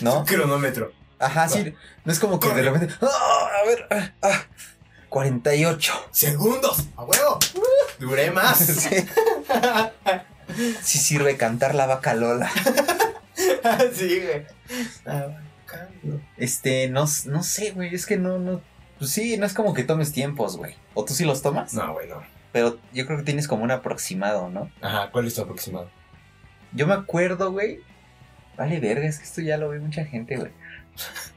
B: ¿No?
C: Cronómetro.
B: Ajá, sí, no es como que de repente... ¡Ah! a ver, ah, ah, 48.
C: Segundos. A huevo. Duré más.
B: Sí. Sí sirve cantar la vaca Lola.
C: sí, güey.
B: Este, no, no sé, güey, es que no, no... Pues sí, no es como que tomes tiempos, güey. ¿O tú sí los tomas?
C: No, güey, no.
B: Pero yo creo que tienes como un aproximado, ¿no?
C: Ajá, ¿cuál es tu aproximado?
B: Yo me acuerdo, güey. Vale, verga, es que esto ya lo ve mucha gente, güey.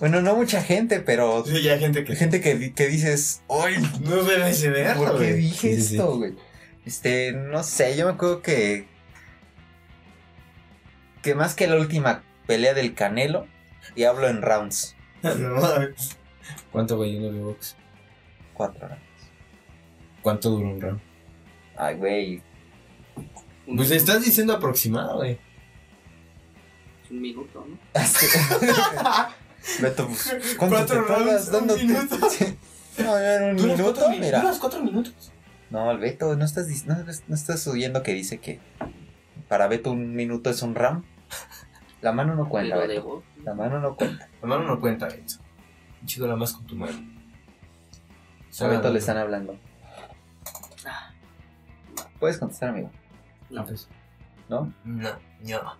B: Bueno, no mucha gente, pero
C: Sí, ya hay gente que.
B: gente que, di- que dices, ¡ay!
C: No debes de verlo,
B: ¿Por qué
C: güey.
B: dije
C: Sí, sí, sí.
B: esto, güey? Este, no sé, yo me acuerdo que. Que más que la última pelea del Canelo, y hablo en rounds.
C: No mames. ¿Cuánto, güey, uno de box?
B: Cuatro rounds.
C: ¿Cuánto duró un round?
B: Ay, güey.
E: Un,
C: Pues estás diciendo aproximado, güey.
E: un minuto, ¿no?
B: Así- Beto, pues, ¿cuánto
C: Cuatro
B: te tardas
C: rounds, un
B: dándote?
C: minuto.
B: Sí. No, era un
C: ¿Duras
B: minuto,
C: cuatro min-
B: mira.
C: ¿Duras cuatro minutos?
B: No, el Beto, no estás, dic- no, no estás oyendo que dice que para Beto un minuto es un RAM. La mano no cuenta,
E: Pero de
B: Beto.
E: vos.
B: La mano no cuenta.
C: La mano no cuenta, Benzo. Chido la más con tu mano.
B: Momento le están hablando.
E: Ah.
B: Puedes contestar, amigo.
E: No,
B: ¿No?
C: No, no.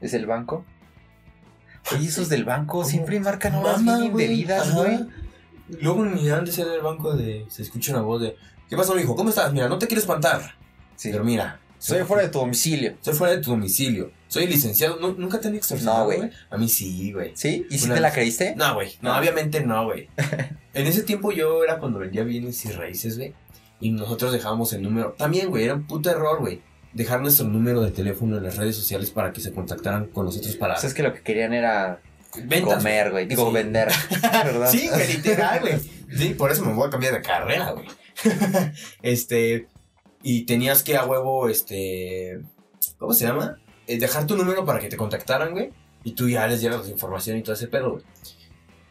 B: ¿Es el banco? Oye, esos del banco
C: ¿Cómo?
B: siempre marcan horas bien indebidas,
C: Ajá.
B: güey.
C: Luego ni antes era el banco de. Se escucha una voz de. ¿Qué pasó, hijo? ¿Cómo estás? Mira, no te quiero espantar.
B: Sí.
C: Pero mira.
B: Soy fuera de tu domicilio.
C: Soy fuera de tu domicilio. Soy licenciado. Nu- ¿Nunca te han extorsionado,
B: No, güey.
C: A mí sí, güey.
B: ¿Sí? ¿Y si
C: Una
B: te la
C: vez.
B: creíste?
C: No, güey. No, obviamente no, güey. en ese tiempo yo era cuando vendía bienes y raíces, güey. Y nosotros dejábamos el número. También, güey, era un puto error, güey. Dejar nuestro número de teléfono en las redes sociales para que se contactaran con nosotros para
B: O sea, es que lo que querían era
C: ventas.
B: comer, güey. Digo,
C: Sí.
B: vender. ¿Verdad?
C: Sí, güey, literal, güey. Sí, por eso me voy a cambiar de carrera, güey. este. Y tenías que a huevo, este. ¿Cómo se llama? Eh, dejar tu número para que te contactaran, güey. Y tú ya les llevas información y todo ese pedo, güey.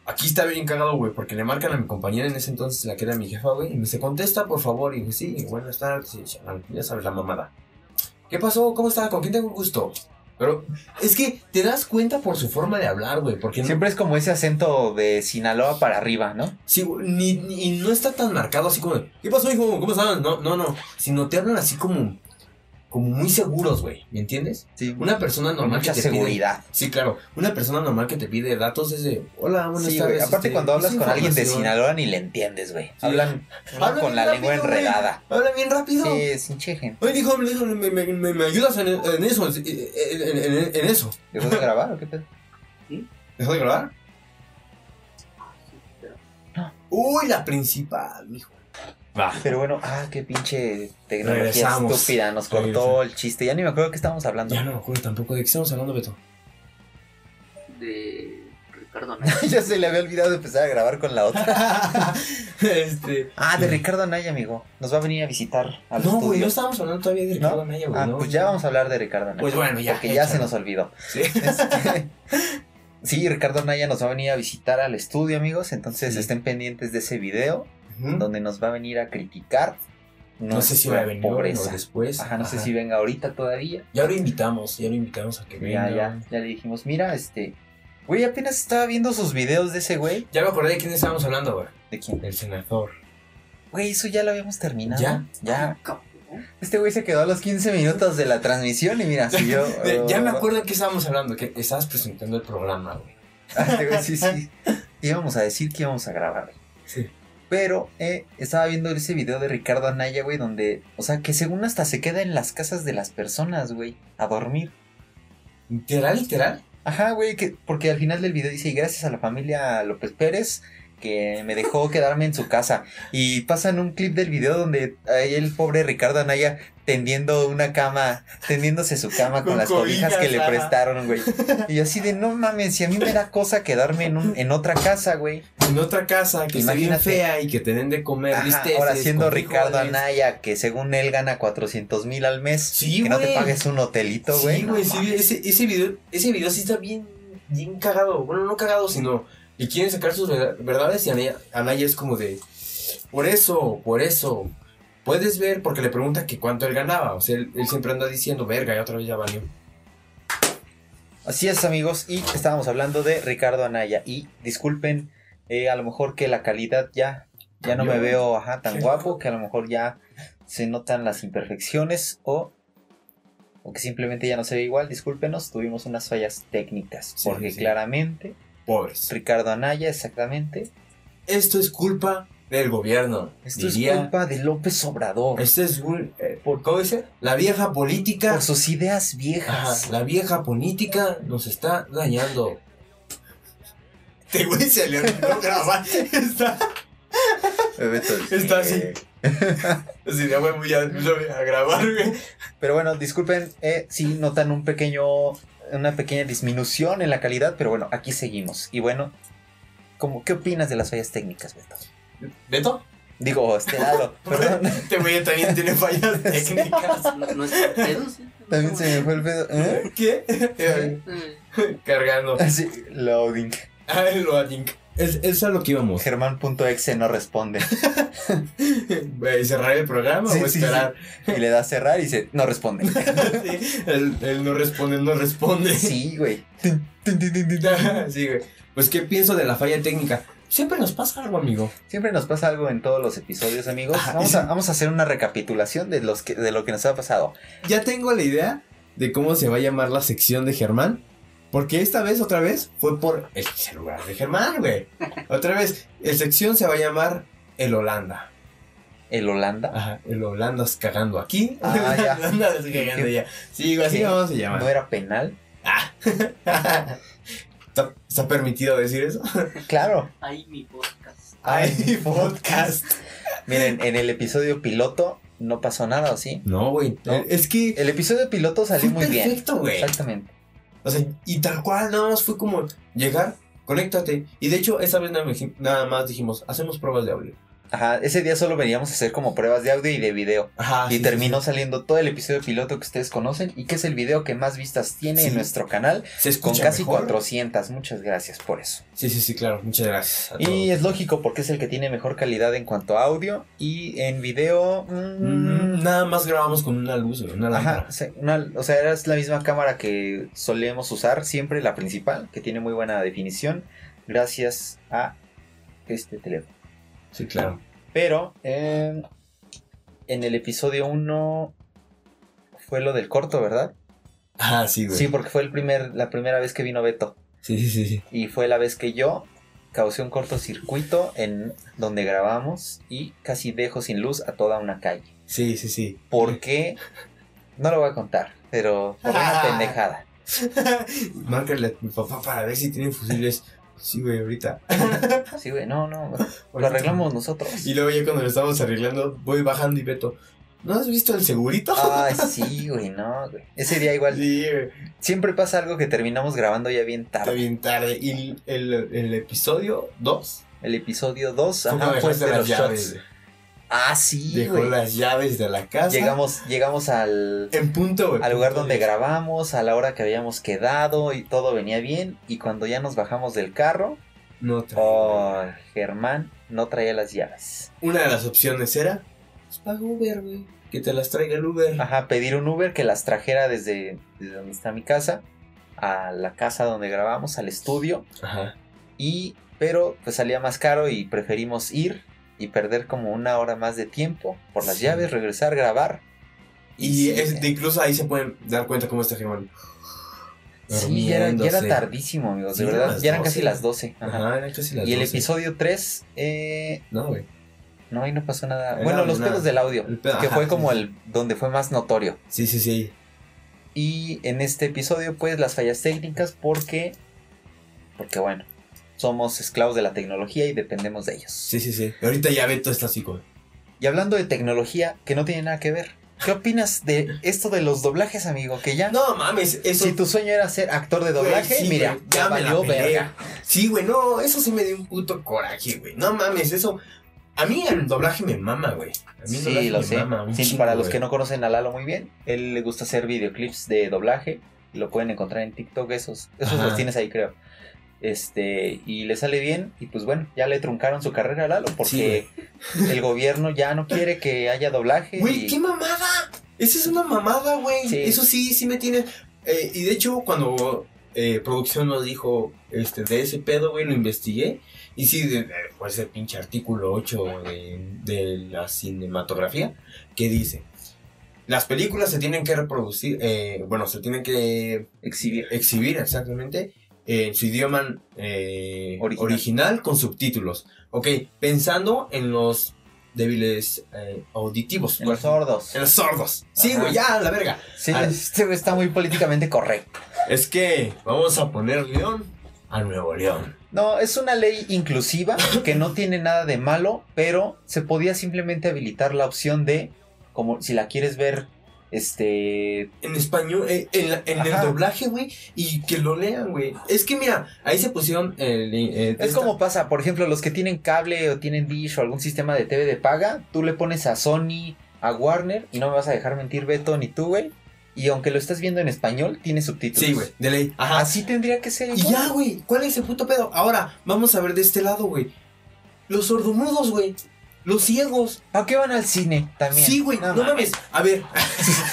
C: Aquí está bien cagado, güey, porque le marcan a mi compañera en ese entonces, la que era mi jefa, güey, y me dice, contesta, por favor. Y dije, sí, buenas tardes. Y dice, "Ah, ya sabes la mamada. ¿Qué pasó? ¿Cómo está? ¿Con quién tengo el gusto? Pero es que te das cuenta por su forma de hablar, güey, porque no-
B: Siempre es como ese acento de Sinaloa para arriba, ¿no?
C: Sí, güey, ni, ni- y no está tan marcado así como, de, ¿qué pasó, hijo? ¿Cómo están? No, no, no. Sino te hablan así como, como muy seguros, güey. ¿Me entiendes?
B: Sí.
C: Una persona
B: Con
C: normal
B: mucha
C: que te pide-
B: seguridad.
C: sí, claro. Una persona normal que te pide datos es de, hola, buenas
B: Sí,
C: tardes.
B: güey. Aparte,
C: este,
B: cuando hablas
C: ¿es
B: con alguien de
C: información?"
B: Sinaloa ni le entiendes, güey. Hablan, hablan
C: Habla
B: con
C: bien
B: la lengua
C: rápido, güey.
B: enredada.
C: Habla bien rápido.
B: Sí, es un cheje.
C: Oye, hijo, me, me, me- me- me ayudas en, en eso, en, en- en- en eso.
B: ¿Dejó de grabar o qué pedo?
C: ¿Dejó de grabar?
E: pero-
C: Uy, la principal, mijo. Va.
B: Pero bueno, ah, qué pinche tecnología
C: Regresamos.
B: estúpida. Nos cortó
C: Regresamos.
B: el chiste. Ya ni me acuerdo qué estábamos hablando.
C: Ya no me acuerdo tampoco de qué estamos hablando, Beto.
E: de Ricardo Anaya.
B: ya se le había olvidado empezar a grabar con la otra.
C: este.
B: Ah, de Ricardo Anaya, amigo. Nos va a venir a visitar al
C: No, güey,
B: estudio.
C: no estábamos hablando todavía de Ricardo Anaya, güey.
B: Ah,
C: no,
B: pues ya vamos a hablar de Ricardo Anaya.
C: Pues bueno, ya,
B: Porque ya se
C: échale.
B: nos olvidó.
C: Sí.
B: Este, sí, Ricardo Anaya nos va a venir a visitar al estudio, amigos. Entonces
C: Sí.
B: estén pendientes de ese video
C: Ujú.
B: donde nos va a venir a criticar.
C: No sé si
B: nuestra
C: va a venir o
B: pobreza.
C: después.
B: Ajá, no sé si venga ahorita todavía.
C: Ya lo invitamos, ya lo invitamos a que venga.
B: Ya, ya, ya le dijimos, mira, este. Güey, apenas estaba viendo sus videos de ese güey.
C: Ya me acordé de quién estábamos hablando, güey.
B: ¿De quién?
C: El senador.
B: Güey, eso ya lo habíamos terminado.
C: ¿Ya?
B: Ya.
E: Cabrón.
B: Este güey se quedó a los 15 minutos de la transmisión y mira, oh, si yo.
C: De- ya me acuerdo de qué estábamos hablando, que estabas presentando el programa, güey.
B: Ah, este güey, sí, sí. Íbamos a decir que íbamos a grabar.
C: Sí.
B: Pero eh, estaba viendo ese video de Ricardo Anaya, güey, donde, o sea, que según hasta se queda en las casas de las personas, güey, a dormir.
C: Literal, literal.
B: Ajá, güey, que, porque al final del video dice, y gracias a la familia López Pérez que me dejó quedarme en su casa. Y pasan un clip del video donde ahí el pobre Ricardo Anaya tendiendo una cama, tendiéndose su cama con,
C: Con
B: las cobijas
C: cobijas,
B: que le
C: ajá.
B: prestaron, güey. Y yo así de, no mames, si a mí me da cosa quedarme en, un- en otra casa, güey.
C: En otra casa que está bien
B: Imagínate.
C: fea y que te den de comer,
B: Ajá,
C: ¿viste?
B: ahora siendo Ricardo Anaya, que según él gana 400 mil al mes,
C: Sí,
B: que no te
C: güey.
B: pagues un hotelito, güey.
C: Sí,
B: No
C: güey, sí, ese, ese video, ese video sí está bien, bien cagado. Bueno, no cagado, sino. Y quieren sacar sus verda- verdades y Anaya, Anaya es como de. Por eso, por eso. Puedes ver, porque le pregunta que cuánto él ganaba. O sea, él, él siempre anda diciendo, verga, y otra vez ya valió.
B: Así es, amigos, y estábamos hablando de Ricardo Anaya. Y disculpen, eh, a lo mejor que la calidad ya, ya no me
C: Cambió.
B: veo ajá, tan
C: Sí.
B: guapo, que a lo mejor ya se notan las imperfecciones o, o que simplemente ya no se ve igual. Discúlpenos, tuvimos unas fallas técnicas,
C: Sí,
B: porque
C: sí.
B: claramente
C: Pobres.
B: Ricardo Anaya, exactamente,
C: Esto es culpa del gobierno.
B: esto
C: diría.
B: es culpa de López Obrador.
C: Esto es. un- eh, por, ¿Cómo dice? La vieja política.
B: Por sus ideas viejas.
C: Ajá, la vieja política nos está dañando. Te Este güey se le olvidó grabar. Está, está así. Así de huevo ya lo voy a grabar, güey.
B: Pero bueno, disculpen eh, si notan un pequeño, una pequeña disminución en la calidad, pero bueno, aquí seguimos. Y bueno, como, ¿qué opinas de las fallas técnicas, Beto?
C: ¿Beto?
B: Digo, este lado, perdón.
C: Este güey también tiene fallas técnicas.
E: Pues, No, no es pedo, sí.
B: También se me fue el pedo. ¿eh?
C: ¿Qué? Eh,
E: Eh,
C: Cargando.
B: Así, loading.
C: Ah, lo adink. Es, es a lo que íbamos.
B: Germán.exe no responde.
C: Güey, ¿Cerrar el programa
B: Sí,
C: o
B: sí,
C: esperar?
B: Y le da a cerrar y dice, no responde.
C: Sí, Él, él no responde, él no responde.
B: Sí, güey.
C: Sí, güey. Pues, ¿qué pienso de la falla técnica? Siempre nos pasa algo, amigo.
B: Siempre nos pasa algo en todos los episodios, amigos.
C: Ajá,
B: Vamos
C: sí.
B: a, vamos a hacer una recapitulación de, los que, de lo que nos ha pasado.
C: Ya tengo la idea de cómo se va a llamar la sección de Germán. Porque esta vez, otra vez, fue por el celular de Germán, güey. Otra vez, la sección se va a llamar El Holanda.
B: El Holanda.
C: Ajá, el Holandas cagando aquí.
B: Ah, ya.
C: El Holandas cagando allá. Sí, güey, así
B: ¿Qué?
C: vamos a llamar.
B: ¿No era penal?
C: Ah. ¿Está, está permitido decir eso?
B: Claro.
E: Ahí mi podcast.
C: Ay, podcast.
B: Miren, en el episodio piloto no pasó nada, ¿o sí?
C: No, güey.
B: No.
C: Es que
B: El episodio piloto salió muy
C: fue
B: bien.
C: perfecto, güey.
B: Exactamente.
C: O sea, y tal cual, nada más fue como llegar, conéctate. Y de hecho, esa vez nada más dijim- nada más dijimos, hacemos pruebas de audio.
B: Ajá, ese día solo veníamos a hacer como pruebas de audio y de video.
C: Ajá.
B: y terminó saliendo todo el episodio piloto que ustedes conocen y que es el video que más vistas tiene en
C: Sí.
B: nuestro canal,
C: Se
B: con
C: escucha
B: casi
C: mejor.
B: 400. Muchas gracias por eso.
C: Sí, sí, sí, claro. Muchas gracias. a
B: Y
C: todos.
B: es lógico porque es el que tiene mejor calidad en cuanto a audio y en video... mm,
C: Mm, nada más grabamos con una luz, güey, una lámpara.
B: Ajá, se- una- o sea, era la misma cámara que solemos usar siempre, la principal, que tiene muy buena definición, gracias a este teléfono.
C: Sí, claro.
B: Pero eh, en el episodio 1 fue lo del corto, ¿verdad?
C: Ah, sí, güey.
B: Sí, porque fue el primer, la primera vez que vino Beto
C: Sí, sí, sí, sí.
B: y fue la vez que yo causé un cortocircuito en donde grabamos y casi dejo sin luz a toda una calle.
C: Sí, sí, sí.
B: Porque no lo voy a contar, pero por una pendejada.
C: Márcale a mi papá para ver si tienen fusiles. Sí, güey, ahorita.
B: Sí, güey, no, no, lo
C: Ahorita.
B: arreglamos nosotros.
C: Y luego ya cuando lo estábamos arreglando, voy bajando y Beto, ¿no has visto el segurito?
B: Ay, sí, güey, no, güey. Ese día igual.
C: Sí, güey,
B: Siempre pasa algo que terminamos grabando ya bien
C: está
B: tarde.
C: bien tarde. Y el, el episodio 2
B: El episodio 2,
C: fue cuando
B: ajá, fue
C: dejaste
B: el de
C: las
B: los
C: llaves,
B: shots.
C: güey.
B: Ah, sí,
C: Dejó
B: güey.
C: las llaves de la casa.
B: Llegamos, llegamos al,
C: en punto, güey.
B: al lugar
C: Punto
B: donde
C: diez.
B: grabamos, a la hora que habíamos quedado y todo venía bien. Y cuando ya nos bajamos del carro,
C: No traía.
B: oh, Germán no traía las llaves.
C: Una de las opciones era, pues paga Uber, güey. Que te las traiga el Uber.
B: Ajá, pedir un Uber que las trajera desde, desde donde está mi casa a la casa donde grabamos, al estudio.
C: Ajá.
B: Y, pero pues salía más caro y preferimos ir y perder como una hora más de tiempo por las
C: Sí.
B: llaves, regresar, grabar.
C: Y
B: sí, eh.
C: es- de- incluso ahí se pueden dar cuenta cómo está Germán.
B: sí, ya era, ya era
C: Durmiéndose.
B: tardísimo, amigos, de
C: Sí, eran
B: verdad.
C: las
B: Ya eran
C: 12.
B: casi las 12. ajá.
C: Ajá, era casi las
B: y el
C: 12.
B: episodio 3, eh,
C: No, güey.
B: no, ahí no pasó nada.
C: Era
B: bueno, los
C: una-
B: pelos del audio,
C: el pedo,
B: que
C: ajá,
B: fue
C: sí,
B: como
C: sí.
B: el donde fue más notorio.
C: Sí, sí, sí.
B: Y en este episodio, pues, las fallas técnicas, porque, porque bueno, somos esclavos de la tecnología y dependemos de ellos.
C: Sí, sí, sí. Ahorita ya Beto está así, güey.
B: Y hablando de tecnología que no tiene nada que ver, ¿qué opinas de esto de los doblajes, amigo? Que ya,
C: No mames, eso.
B: si tu sueño era ser actor de doblaje,
C: Güey, sí,
B: mira,
C: güey,
B: ya
C: me la
B: valió
C: pelé.
B: verga.
C: Sí, güey, no, eso sí me dio un puto coraje, güey. No mames, eso. A mí el doblaje me mama, güey. A mí el
B: Sí,
C: doblaje
B: lo
C: me
B: sé.
C: mama un
B: Sí,
C: chingo,
B: para los
C: güey.
B: que no conocen a Lalo muy bien, él le gusta hacer videoclips de doblaje y lo pueden encontrar en TikTok esos, esos
C: Ajá.
B: los tienes ahí, creo. Este, y le sale bien y pues bueno, ya le truncaron su carrera a Lalo porque el gobierno ya no quiere que haya doblaje
C: Güey,
B: y-
C: qué mamada. Esa es una mamada, güey.
B: Sí.
C: Eso sí, sí me tiene. eh, y de hecho, cuando eh, producción nos dijo este, de ese pedo, güey, lo investigué. Y sí, de- de- fue ese pinche artículo 8 de, de la cinematografía que dice. Las películas se tienen que reproducir, eh, bueno, se tienen que
B: exhibir.
C: exhibir exactamente en su idioma eh,
B: Original.
C: original. con subtítulos. Ok, pensando en los débiles eh, auditivos.
B: En los
C: sordos.
B: sordos.
C: En los sordos. Sí,
B: Ajá.
C: güey, ya, Pues, a la verga.
B: Sí,
C: Ah.
B: este güey está muy políticamente correcto.
C: Es que vamos a poner León a Nuevo León.
B: No, es una ley inclusiva que no tiene nada de malo, pero se podía simplemente habilitar la opción de, como si la quieres ver, este...
C: En español, eh, en, la- en el
B: Ajá.
C: doblaje, güey, y que lo lean, güey. Es que mira, ahí se pusieron el... eh,
B: Es
C: esta-
B: como pasa, por ejemplo, los que tienen cable o tienen Dish o algún sistema de TV de paga, tú le pones a Sony, a Warner, y no me vas a dejar mentir Beto ni tú, güey, y aunque lo estés viendo en español, tiene subtítulos.
C: Sí, güey, de ley. Ajá.
B: Así tendría que ser.
C: Y
B: igual.
C: ya, güey, ¿cuál es el puto pedo? Ahora, vamos a ver de este lado, güey. Los sordomudos, güey. Los ciegos.
B: ¿A qué Ah, van al cine también?
C: Sí, güey, no, mames. A ver.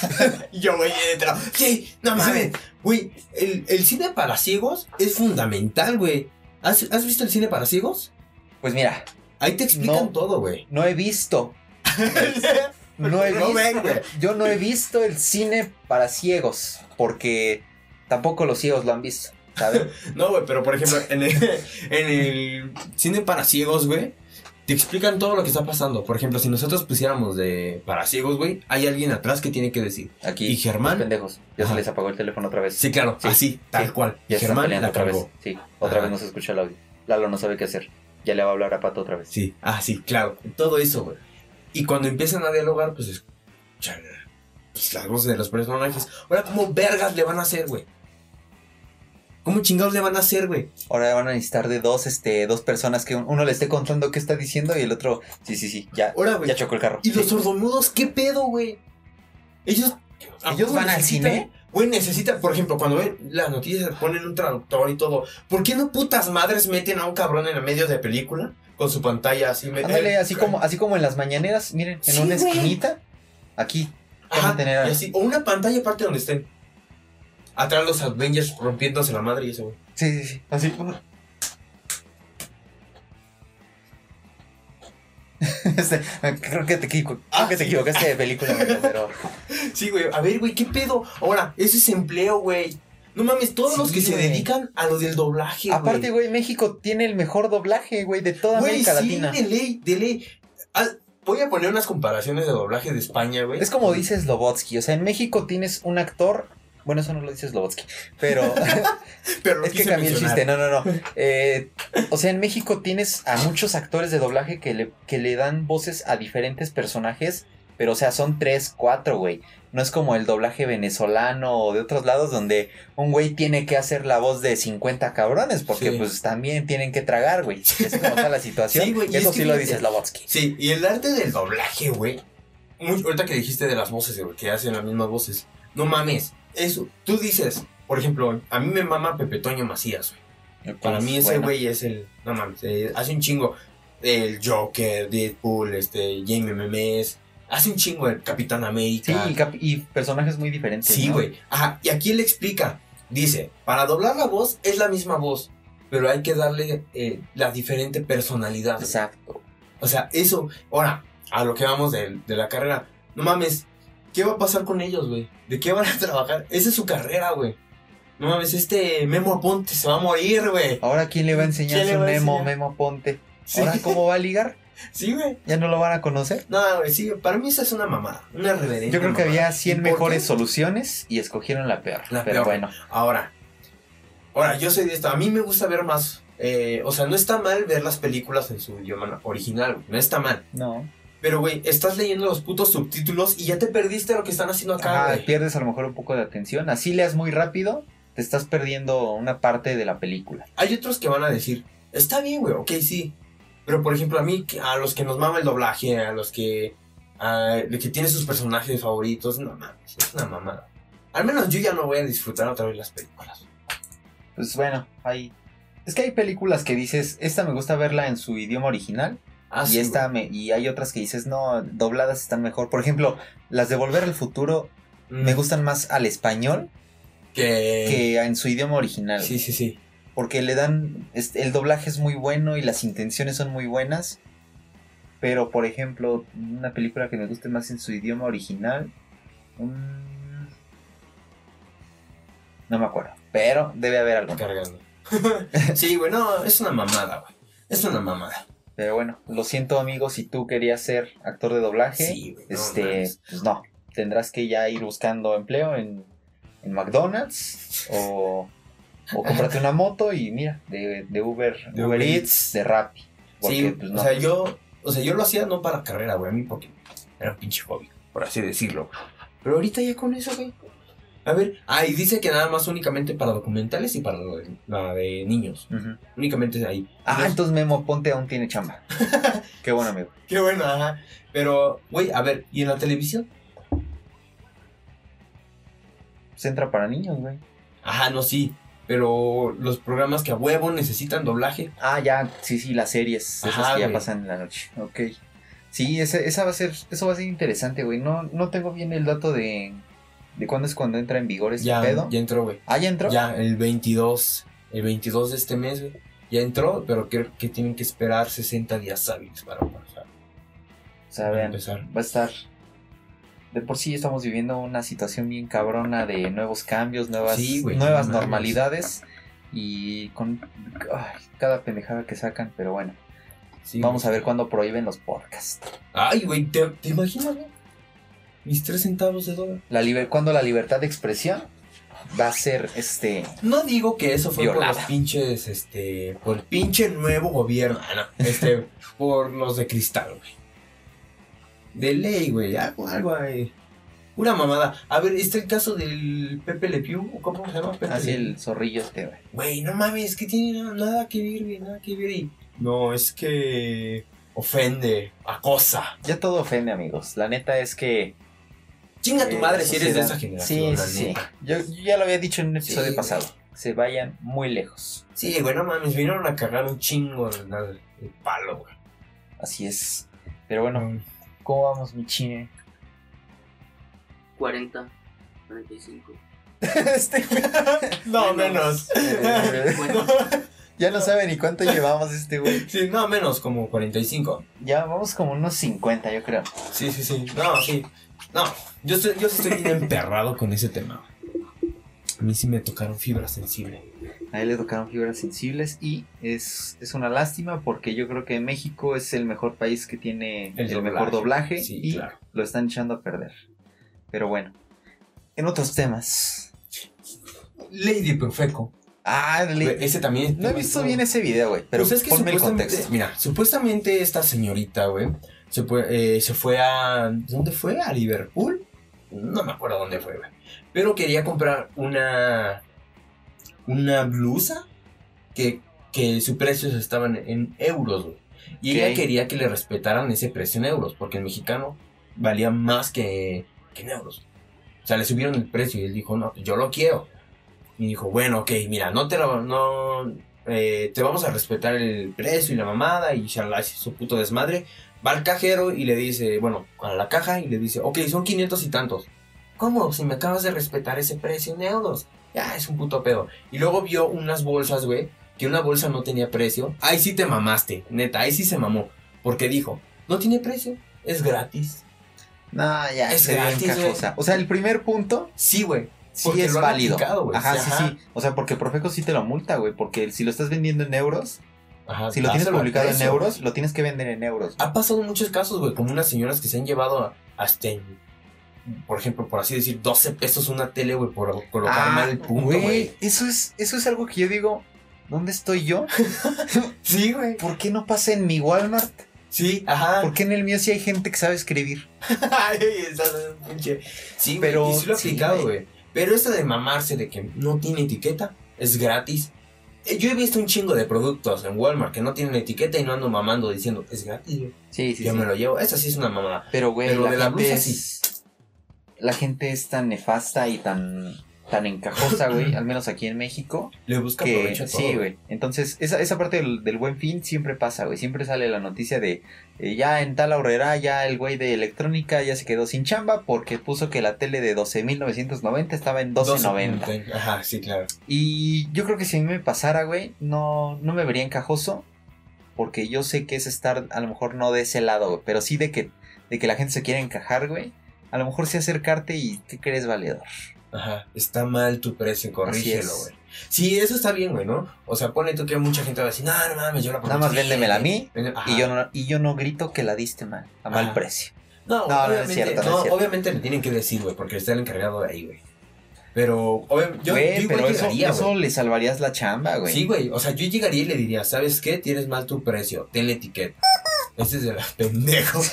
C: Yo, güey, detrás. Sí, no mames. Güey, el, el cine para ciegos es fundamental, güey. ¿Has, has visto el cine para ciegos?
B: Pues mira,
C: Ahí te explican
B: No.
C: todo, güey.
B: no he visto. No he
C: No
B: visto.
C: ven, güey.
B: Yo no he visto el cine para ciegos. Porque tampoco los ciegos lo han visto. ¿Sabes?
C: No, güey, pero por ejemplo, en el, en el cine para ciegos, güey, te explican todo lo que está pasando. Por ejemplo, si nosotros pusiéramos de para ciegos, güey, hay alguien atrás que tiene que decir.
B: Aquí.
C: Y
B: los
C: Germán.
B: pendejos. Ya
C: Ajá.
B: se les apagó el teléfono otra vez.
C: Sí, claro,
B: Sí,
C: así, tal
B: sí.
C: cual.
B: Ya se están
C: Germán
B: peleando
C: la
B: otra
C: cagó.
B: vez. Sí, otra
C: Ajá.
B: vez no se escucha el audio. Lalo no sabe qué hacer. Ya le va a hablar a Pato otra vez.
C: Sí, ah, sí, claro. Todo eso, güey. Y cuando empiezan a dialogar, pues escuchan pues, las voces de los personajes. Ahora, ¿cómo vergas le van a hacer, güey? ¿Cómo chingados le van a hacer, güey?
B: Ahora van a necesitar de dos, este, dos personas que un- uno le esté contando qué está diciendo y el otro, sí, sí, sí, ya,
C: Ahora, güey.
B: ya chocó el carro.
C: ¿Y
B: Sí.
C: los sordomudos qué pedo, güey? Ellos. ¿a
B: ¿Ellos
C: poco
B: Ah, van al
C: necesitan-
B: cine?
C: Güey, necesitan, por ejemplo, cuando ven las noticias, ponen un traductor y todo. ¿Por qué no putas madres meten a un cabrón en el medio de película? Con su pantalla así. me-
B: Ándale, así como, así como en las mañaneras, miren, en
C: Sí,
B: una
C: güey.
B: esquinita, aquí,
C: Ajá,
B: pueden tener
C: y
B: algo.
C: así, O una pantalla aparte donde estén. Atrás los Avengers rompiéndose la madre y eso, güey.
B: sí, sí, sí, así. Este, creo que te, equivo- creo que te equivocaste de película, amigo, pero
C: Sí, güey. A ver, güey, ¿qué pedo? Ahora, eso es empleo, güey. No mames, todos
B: Sí,
C: los que se
B: güey.
C: dedican a lo del doblaje, güey.
B: aparte, güey, México tiene el mejor doblaje, güey, de toda
C: Güey,
B: América
C: sí,
B: Latina.
C: de ley, de ley. Ah, voy a poner unas comparaciones de doblaje de España, güey.
B: Es como dice Slobotsky, o sea, en México tienes un actor, bueno, eso no lo dice Slobotsky, pero
C: Pero lo
B: es que
C: quise
B: cambié el
C: mencionar.
B: chiste, no, no, no. Eh, o sea, en México tienes a muchos actores de doblaje que le, que le dan voces a diferentes personajes, pero o sea, son tres, cuatro, güey. No es como el doblaje venezolano o de otros lados donde un güey tiene que hacer la voz de 50 cabrones, porque
C: Sí.
B: pues también tienen que tragar, güey. Es como está la situación.
C: Sí, güey, y
B: Eso
C: es que
B: sí lo
C: fíjate-
B: dice Slobotsky.
C: Sí, y el arte del doblaje, güey. Muy- Ahorita que dijiste de las voces, güey, que hacen las mismas voces. No mames, eso. Tú dices, por ejemplo, a mí me mama Pepe Toño Macías, güey. Para mí ese
B: Bueno.
C: güey es el... No mames, eh, hace un chingo. El Joker, Deadpool, este, Jamie Memes. Hace un chingo el Capitán
B: Sí,
C: América.
B: y, cap- y personajes muy diferentes.
C: Sí,
B: ¿no?
C: güey. Ajá, y aquí él explica. Dice, para doblar la voz es la misma voz, pero hay que darle eh, la diferente personalidad. güey.
B: Exacto.
C: O sea, eso. Ahora, a lo que vamos de, de la carrera. No mames, ¿qué va a pasar con ellos, güey? ¿De qué van a trabajar? Esa es su carrera, güey. No mames, este Memo Aponte se va a morir, güey.
B: Ahora, ¿quién le va a enseñar
C: ¿Quién le
B: su
C: va a
B: memo,
C: enseñar?
B: memo ponte?
C: Sí,
B: Ahora, ¿cómo va a ligar?
C: sí, güey.
B: ¿Ya no lo van a conocer?
C: No, güey, sí, para mí esa es una mamada. Una reverenda.
B: Yo creo que
C: mamada.
B: había 100
C: ¿Y por
B: mejores
C: qué?
B: soluciones y escogieron la peor.
C: La
B: pero
C: peor.
B: bueno,
C: Ahora, ahora, yo soy de esta. A mí me gusta ver más. eh, o sea, no está mal ver las películas en su idioma original, güey, No está mal.
B: no.
C: Pero, güey, estás leyendo los putos subtítulos y ya te perdiste lo que están haciendo acá,
B: Ajá,
C: güey.
B: pierdes a lo mejor un poco de atención. Así leas muy rápido, te estás perdiendo una parte de la película.
C: Hay otros que van a decir, está bien, güey, ok, sí. Pero, por ejemplo, a mí, que- a los que nos mama el doblaje, a los que... A, de que tiene sus personajes favoritos, no mames, es una mamada. Al menos yo ya no voy a disfrutar otra vez las películas.
B: Pues bueno, hay... Es que hay películas que dices, esta me gusta verla en su idioma original
C: Ah,
B: y
C: sí,
B: esta me- y hay otras que dices, no, dobladas están mejor. Por ejemplo, las de Volver al Futuro
C: güey.
B: me
C: Mm,
B: gustan más al español
C: Que...
B: que en su idioma original.
C: Sí, sí, sí.
B: Porque le dan. este, el doblaje es muy bueno y las intenciones son muy buenas. Pero, por ejemplo, una película que me guste más en su idioma original. mm, no me acuerdo. Pero debe haber algo.
C: cargando. sí, güey, no, es una mamada, güey. Es una mamada.
B: Pero bueno, lo siento, amigo, si tú querías ser actor de doblaje.
C: Sí, güey. no
B: este,
C: mames.
B: pues no. Tendrás que ya ir buscando empleo en, en McDonald's o, o comprarte una moto y mira, de, de Uber,
C: De
B: Uber
C: Uber
B: Eats, de Rappi. Porque,
C: sí,
B: pues, no.
C: o sea, yo, o sea, yo lo hacía no para carrera, güey, a mí porque era un pinche hobby, por así decirlo. Pero ahorita ya con eso, güey. A ver, ah, y dice que nada más únicamente para documentales y para lo de- la de niños.
B: Ujú.
C: Únicamente ahí.
B: Ah,
C: Entonces,
B: entonces Memo Ponte aún tiene chamba. Qué bueno, amigo.
C: qué bueno, ajá. Pero, güey, a ver, ¿y en la televisión?
B: Se Pues entra para niños, güey.
C: Ajá, no, sí. Pero los programas que a huevo necesitan doblaje.
B: Ah, ya, sí, sí, las series. Esas
C: Ajá,
B: que ya
C: güey.
B: pasan en la noche. Ok. Sí, ese- esa va a ser, eso va a ser interesante, güey. No, no tengo bien el dato de, de cuándo es cuando entra en vigor ese
C: Ya,
B: pedo.
C: ya entró, güey.
B: Ah, ya entró.
C: Ya, el 22. El 22 de este mes, güey. Ya entró, pero creo que tienen que esperar 60 días hábiles para pasar.
B: O sea, vean,
C: empezar.
B: va a estar. De por sí estamos viviendo una situación bien cabrona de nuevos cambios, nuevas,
C: Sí, güey,
B: nuevas
C: no mames.
B: normalidades. Y con ay, cada pendejada que sacan, pero bueno.
C: Sí,
B: Vamos
C: güey.
B: a ver cuándo prohíben los podcasts.
C: Ay, güey, ¿te, te imaginas, güey? Mis 3 centavos de dólar.
B: La liber- cuando la libertad de expresión va a ser este.
C: No digo que eso fue
B: Violada.
C: por los pinches, este, por el pinche nuevo gobierno, ah, no, este, por los de cristal, güey. De ley, güey, algo, algo, ahí. Una mamada. A ver, está el caso del Pepe Le Pew, ¿o ¿cómo se llama? Pepe
B: Así
C: Le Pew.
B: Ah, el zorrillo este, güey.
C: Güey, no mames, que tiene na- nada que ver, güey, nada que ver. y- No, es que ofende, acosa.
B: Ya todo ofende, amigos. La neta es que.
C: Chinga tu
B: eh,
C: madre
B: la
C: si eres de
B: sociedad-
C: esa generación.
B: Sí,
C: la
B: sí, sí.
C: neta.
B: Yo, yo ya lo había dicho en un
C: Sí,
B: episodio
C: güey.
B: pasado. Se vayan muy lejos.
C: Sí, güey, no mames, vinieron a cagar un chingo el, el palo, güey.
B: Así es. Pero bueno, ¿cómo vamos, mi chine?
E: 40, 45.
B: Este-
C: No, menos.
E: Bueno,
B: ya no sabe ni cuánto llevamos este güey.
C: Sí, no, menos como 45.
B: Ya vamos como unos 50, yo creo.
C: Sí, sí, sí. No, sí. No, yo estoy, yo sí estoy bien emperrado con ese tema. A mí sí me tocaron fibra sensible.
B: A él le tocaron fibras sensibles y es, es una lástima porque yo creo que México es el mejor país que tiene el,
C: doblaje.
B: mejor doblaje
C: Sí,
B: y
C: claro.
B: lo están echando a perder. Pero bueno, en otros temas.
C: Lady Perfeco.
B: Ah, le-
C: Ese también.
B: no he visto bien ese video, güey, pero
C: Pero Pues es que
B: ponme el
C: supuestamente-
B: contexto.
C: Mira, supuestamente esta señorita, güey, se fue, eh, se fue a. ¿Dónde fue? ¿A Liverpool? No me acuerdo dónde fue, güey. Pero quería comprar una. Una blusa que, que su precio estaban en euros, güey. Y
B: Ok.
C: ella quería que le respetaran ese precio en euros, porque el mexicano valía más que, que en euros. O sea, le subieron el precio y él dijo, no, pues yo lo quiero. Y dijo, bueno, ok, mira, no te lo, no, eh, te vamos a respetar el precio y la mamada y shalá, hace su puto desmadre. Va al cajero y le dice, bueno, a la caja y le dice, ok, son 500 y tantos. ¿Cómo? Si me acabas de respetar ese precio en euros. Ya, es un puto pedo. Y luego vio unas bolsas, güey, que una bolsa no tenía precio. Ahí sí te mamaste, neta, ahí sí se mamó. Porque dijo, no tiene precio, es gratis.
B: No, ya,
C: Es
B: se dio en
C: gratis, güey.
B: cajosa. O sea, el primer punto
C: Sí, güey.
B: sí
C: Porque
B: es
C: lo han
B: válido.
C: aplicado, güey.
B: ajá, sí,
C: Ajá.
B: sí. O sea, porque Profeco sí te lo multa, güey, porque si lo estás vendiendo en euros,
C: Ajá,
B: si lo tienes
C: dáselo al
B: publicado en
C: precio.
B: euros, lo tienes que vender en euros.
C: Ha pasado muchos casos, güey, como unas señoras que se han llevado a- hasta en, por ejemplo, por así decir, 12 pesos una tele, güey, por colocar mal el punto, güey.
B: Ah, Eso es, eso es algo que yo digo, ¿dónde estoy yo?
C: Sí, güey.
B: ¿Por qué no pasa en mi Walmart?
C: Sí, ajá.
B: ¿Por qué en el mío sí hay gente que sabe escribir?
C: Ay, estás en un pinche- Sí,
B: Pero-
C: pero. sí lo ha
B: sí,
C: aplicado,
B: güey.
C: güey. Pero esto de mamarse de que no tiene etiqueta es gratis. Eh, Yo he visto un chingo de productos en Walmart que no tienen etiqueta y no ando mamando diciendo es gratis. güey,
B: Sí, sí,
C: Yo
B: sí.
C: me lo llevo. Esa sí es una mamada.
B: Pero, güey,
C: Pero
B: la,
C: de la
B: gente
C: blusa
B: es... La gente es tan nefasta y tan, tan encajosa, güey, al menos aquí en México,
C: Le busca
B: que
C: provecho a todo,
B: sí, güey. Entonces, esa, esa parte del, del buen fin siempre pasa, güey. Siempre sale la noticia de eh, ya en tal horrera, ya el güey de electrónica ya se quedó sin chamba porque puso que la tele de 12.990 estaba en 12.90.
C: 12.90. Ajá, sí, claro.
B: Y yo creo que si a mí me pasara, güey, no, no me vería encajoso. Porque yo sé que es estar, a lo mejor no de ese lado, güey, pero sí de que, de que la gente se quiere encajar, güey. A lo mejor sí acercarte y te crees valedor.
C: Ajá, está mal tu precio, corrígelo,
B: es.
C: güey. Sí, eso está bien, güey, ¿no? O sea, pone tú que mucha gente va a decir, no, no mames, yo la
B: Nada más véndemela a mí y yo,
C: no.
B: no, y yo no grito que la diste mal, a mal
C: Ajá.
B: precio. no,
C: No,
B: no es
C: obviamente, no,
B: cierto, no es cierto.
C: obviamente le tienen que decir, güey, porque está el encargado de ahí, güey. Pero, obviamente, yo,
B: Güey,
C: yo igual
B: pero eso,
C: llegaría,
B: eso
C: güey.
B: le salvarías la chamba, güey.
C: Sí, güey, o sea, yo llegaría y le diría, ¿sabes qué? Tienes mal tu precio, ten la etiqueta. Este es de las pendejos.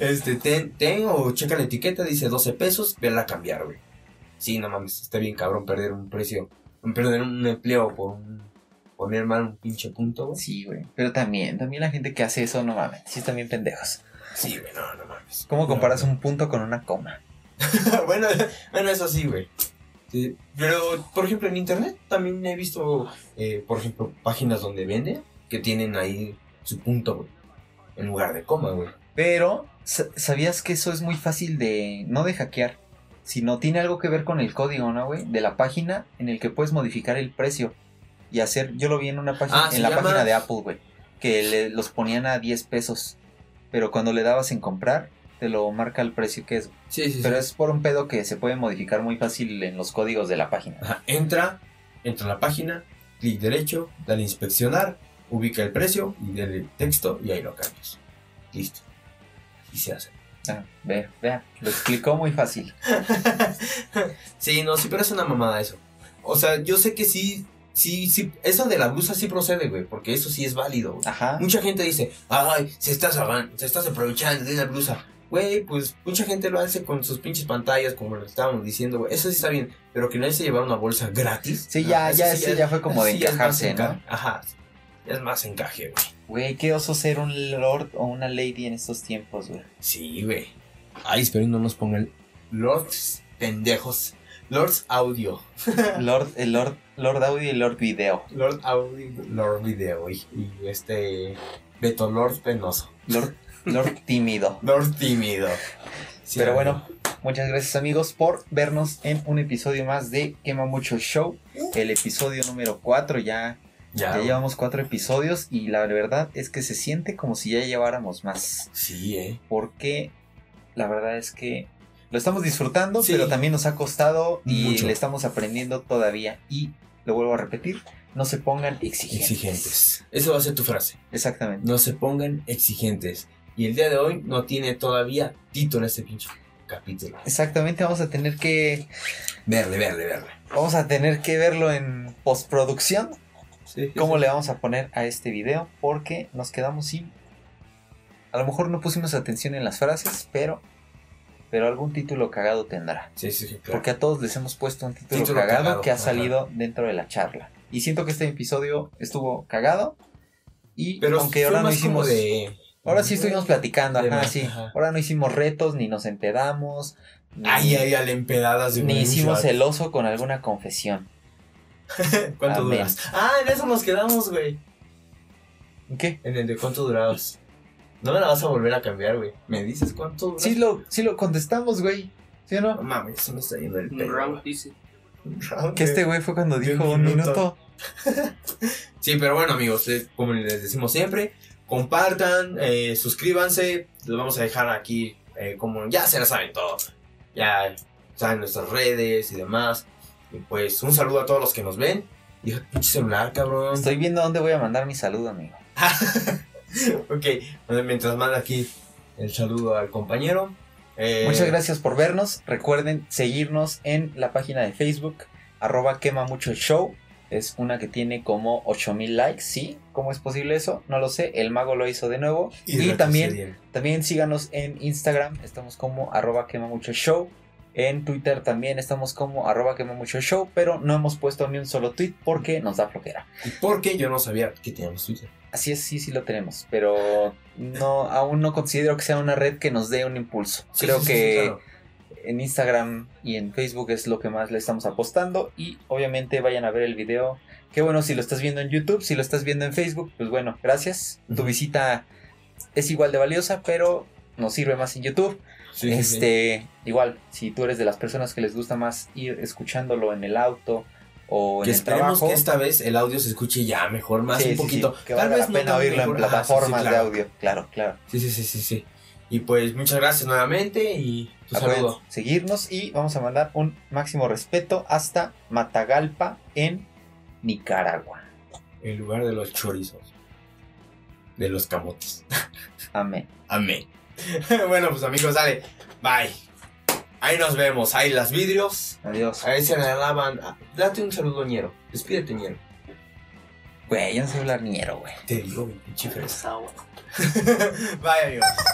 C: este, ten, ten o checa la etiqueta, dice 12 pesos, vela a cambiar, güey. Sí, no mames, está bien cabrón perder un precio, perder un empleo por un- poner mal un pinche punto, güey.
B: Sí, güey. Pero también, también la gente que hace eso, no mames. Sí, están bien pendejos.
C: Sí, güey, no, no mames.
B: ¿Cómo
C: No,
B: comparas un punto con una coma?
C: bueno, bueno, eso sí, güey. Sí, pero, por ejemplo, en internet también he visto, eh, por ejemplo, páginas donde venden que tienen ahí su punto, güey. En lugar de coma, güey.
B: Pero, sa- ¿sabías que eso es muy fácil de, no de hackear, sino tiene algo que ver con el código, ¿no, güey? De la página en el que puedes modificar el precio. y hacer. Yo lo vi en una página,
C: Ah, se
B: en la
C: llama-
B: página de Apple, güey. Que le- los ponían a 10 pesos. Pero cuando le dabas en comprar, te lo marca el precio que es.
C: Sí, sí, sí.
B: Pero es por un pedo que se puede modificar muy fácil en los códigos de la página.
C: Ajá, entra, entra a la página, clic derecho, dale a inspeccionar, ubica el precio y dale el texto y ahí lo cambias. Listo. Y se hace.
B: Ah, ve, vea, lo explicó muy fácil.
C: sí, no, sí, pero es una mamada eso. O sea, yo sé que sí, sí, sí, eso de la blusa sí procede, güey, porque eso sí es válido. güey.
B: Ajá.
C: Mucha gente dice, ay, se estás, avan- se estás aprovechando de la blusa. Güey, pues mucha gente lo hace con sus pinches pantallas, como lo estábamos diciendo, güey. Eso sí está bien, pero que nadie se llevara una bolsa gratis.
B: Sí, ya,
C: eso
B: ya, sí, ya fue como de
C: eso sí ya es más
B: encajarse,
C: enca-
B: ¿no?
C: Ajá, es más encaje, güey.
B: Güey, qué oso ser un lord o una lady en estos tiempos, güey.
C: Sí, güey. Ay, espero y no nos pongan Lords pendejos. Lords audio.
B: Lord, el Lord, Lord Audio y Lord Video.
C: Lord audio, Lord video, güey. Y este. Beto Lord penoso.
B: Lord, Lord Tímido.
C: Lord tímido. Sí,
B: Pero bueno, muchas gracias amigos por vernos en un episodio más de Quema Mucho Show.
C: Uh.
B: El episodio número 4 ya,
C: Ya,
B: ya llevamos cuatro episodios y la verdad es que se siente como si ya lleváramos más.
C: Sí, eh.
B: Porque la verdad es que lo estamos disfrutando,
C: Sí.
B: pero también nos ha costado y
C: Mucho.
B: le estamos aprendiendo todavía. Y lo vuelvo a repetir, no se pongan exigentes.
C: Exigentes. Eso va a ser tu frase.
B: Exactamente.
C: No se pongan exigentes. Y el día de hoy no tiene todavía título este pinche capítulo.
B: Exactamente, vamos a tener que
C: Verle, verle, verle.
B: vamos a tener que verlo en postproducción
C: Sí,
B: cómo le vamos a poner a este video porque nos quedamos sin a lo mejor no pusimos atención en las frases pero pero algún título cagado tendrá
C: Sí, sí, sí, claro.
B: porque a todos les hemos puesto un título,
C: Título
B: cagado,
C: cagado,
B: que ha
C: ajá.
B: salido dentro de la charla y siento que este episodio estuvo cagado y
C: Pero
B: aunque
C: fue
B: ahora no
C: más como
B: hicimos
C: de...
B: ahora sí estuvimos platicando
C: De
B: ajá,
C: más,
B: sí.
C: ajá.
B: ahora no hicimos retos ni nos empedamos ni,
C: Ay, ay, al empedadas de
B: ni
C: un
B: hicimos
C: shot.
B: el oso con alguna confesión
C: ¿Cuánto
B: Amén.
C: duras? Ah, en eso nos quedamos, güey.
B: ¿qué?
C: En el de cuánto durabas. No me la vas a volver a cambiar, güey. ¿Me dices cuánto duras?
B: sí lo sí lo contestamos güey ¿sí o no?
C: No mames, se me está yendo el
E: Un
C: pelo.
E: round dice.
C: Un round,
B: Que
C: güey.
B: este güey fue cuando
C: De
B: dijo
C: un
B: un
C: minuto.
B: minuto.
C: Sí, pero bueno, amigos, eh, como les decimos siempre, compartan, eh, suscríbanse. Los vamos a dejar aquí, eh, como ya se la saben todo. Ya saben nuestras redes y demás. Y pues, un saludo a todos los que nos ven. Deja tu pinche celular, cabrón.
B: Estoy viendo dónde voy a mandar mi saludo, amigo.
C: Ok, bueno, mientras manda aquí el saludo al compañero. eh,
B: Muchas gracias por vernos. Recuerden seguirnos en la página de Facebook, arroba quema mucho el show. Es una que tiene como 8000 likes, ¿sí? ¿Cómo es posible eso? No lo sé, el mago lo hizo de nuevo. Y, también,
C: retrocedieron.
B: también síganos en Instagram, estamos como arroba quema mucho el show. En Twitter también estamos como arroba quema mucho el show, pero no hemos puesto ni un solo tweet porque nos da flojera.
C: Y Porque yo no sabía que teníamos Twitter.
B: Así es, sí, sí lo tenemos, pero no, aún no considero que sea una red que nos dé un impulso.
C: Sí,
B: Creo
C: sí, sí,
B: que
C: sí, claro.
B: en Instagram y en Facebook es lo que más le estamos apostando y obviamente vayan a ver el video. Qué bueno si lo estás viendo en YouTube, si lo estás viendo en Facebook, pues bueno, gracias. Tu
C: Ujú.
B: visita es igual de valiosa, pero nos sirve más en YouTube.
C: Sí, sí, sí.
B: este, igual, si tú eres de las personas que les gusta más ir escuchándolo en el auto o en
C: Que
B: el
C: esperemos
B: trabajo,
C: que esta vez el audio se escuche ya mejor, más
B: sí,
C: un
B: sí, sí,
C: poquito.
B: que valga la pena
C: tan
B: oírlo en
C: mejor. Ajá, sí, sí,
B: plataformas de
C: claro.
B: audio. Claro, claro.
C: Sí, sí, sí, sí, sí. Y pues muchas gracias nuevamente y tu
B: Acuérdense,
C: saludo.
B: seguirnos y vamos a mandar un máximo respeto hasta Matagalpa en Nicaragua.
C: El lugar de los chorizos. De los camotes.
B: Amén.
C: Amén. bueno, pues amigos, dale. Bye. Ahí nos vemos. Ahí las vidrios.
B: Adiós.
C: A ver si me lavan. Ah, Date un saludo, ñero. Despídete, ñero.
B: Güey, ya no sé hablar niero, güey.
C: Te digo, mi pinche fresa.
E: Agua.
C: Bye, amigos.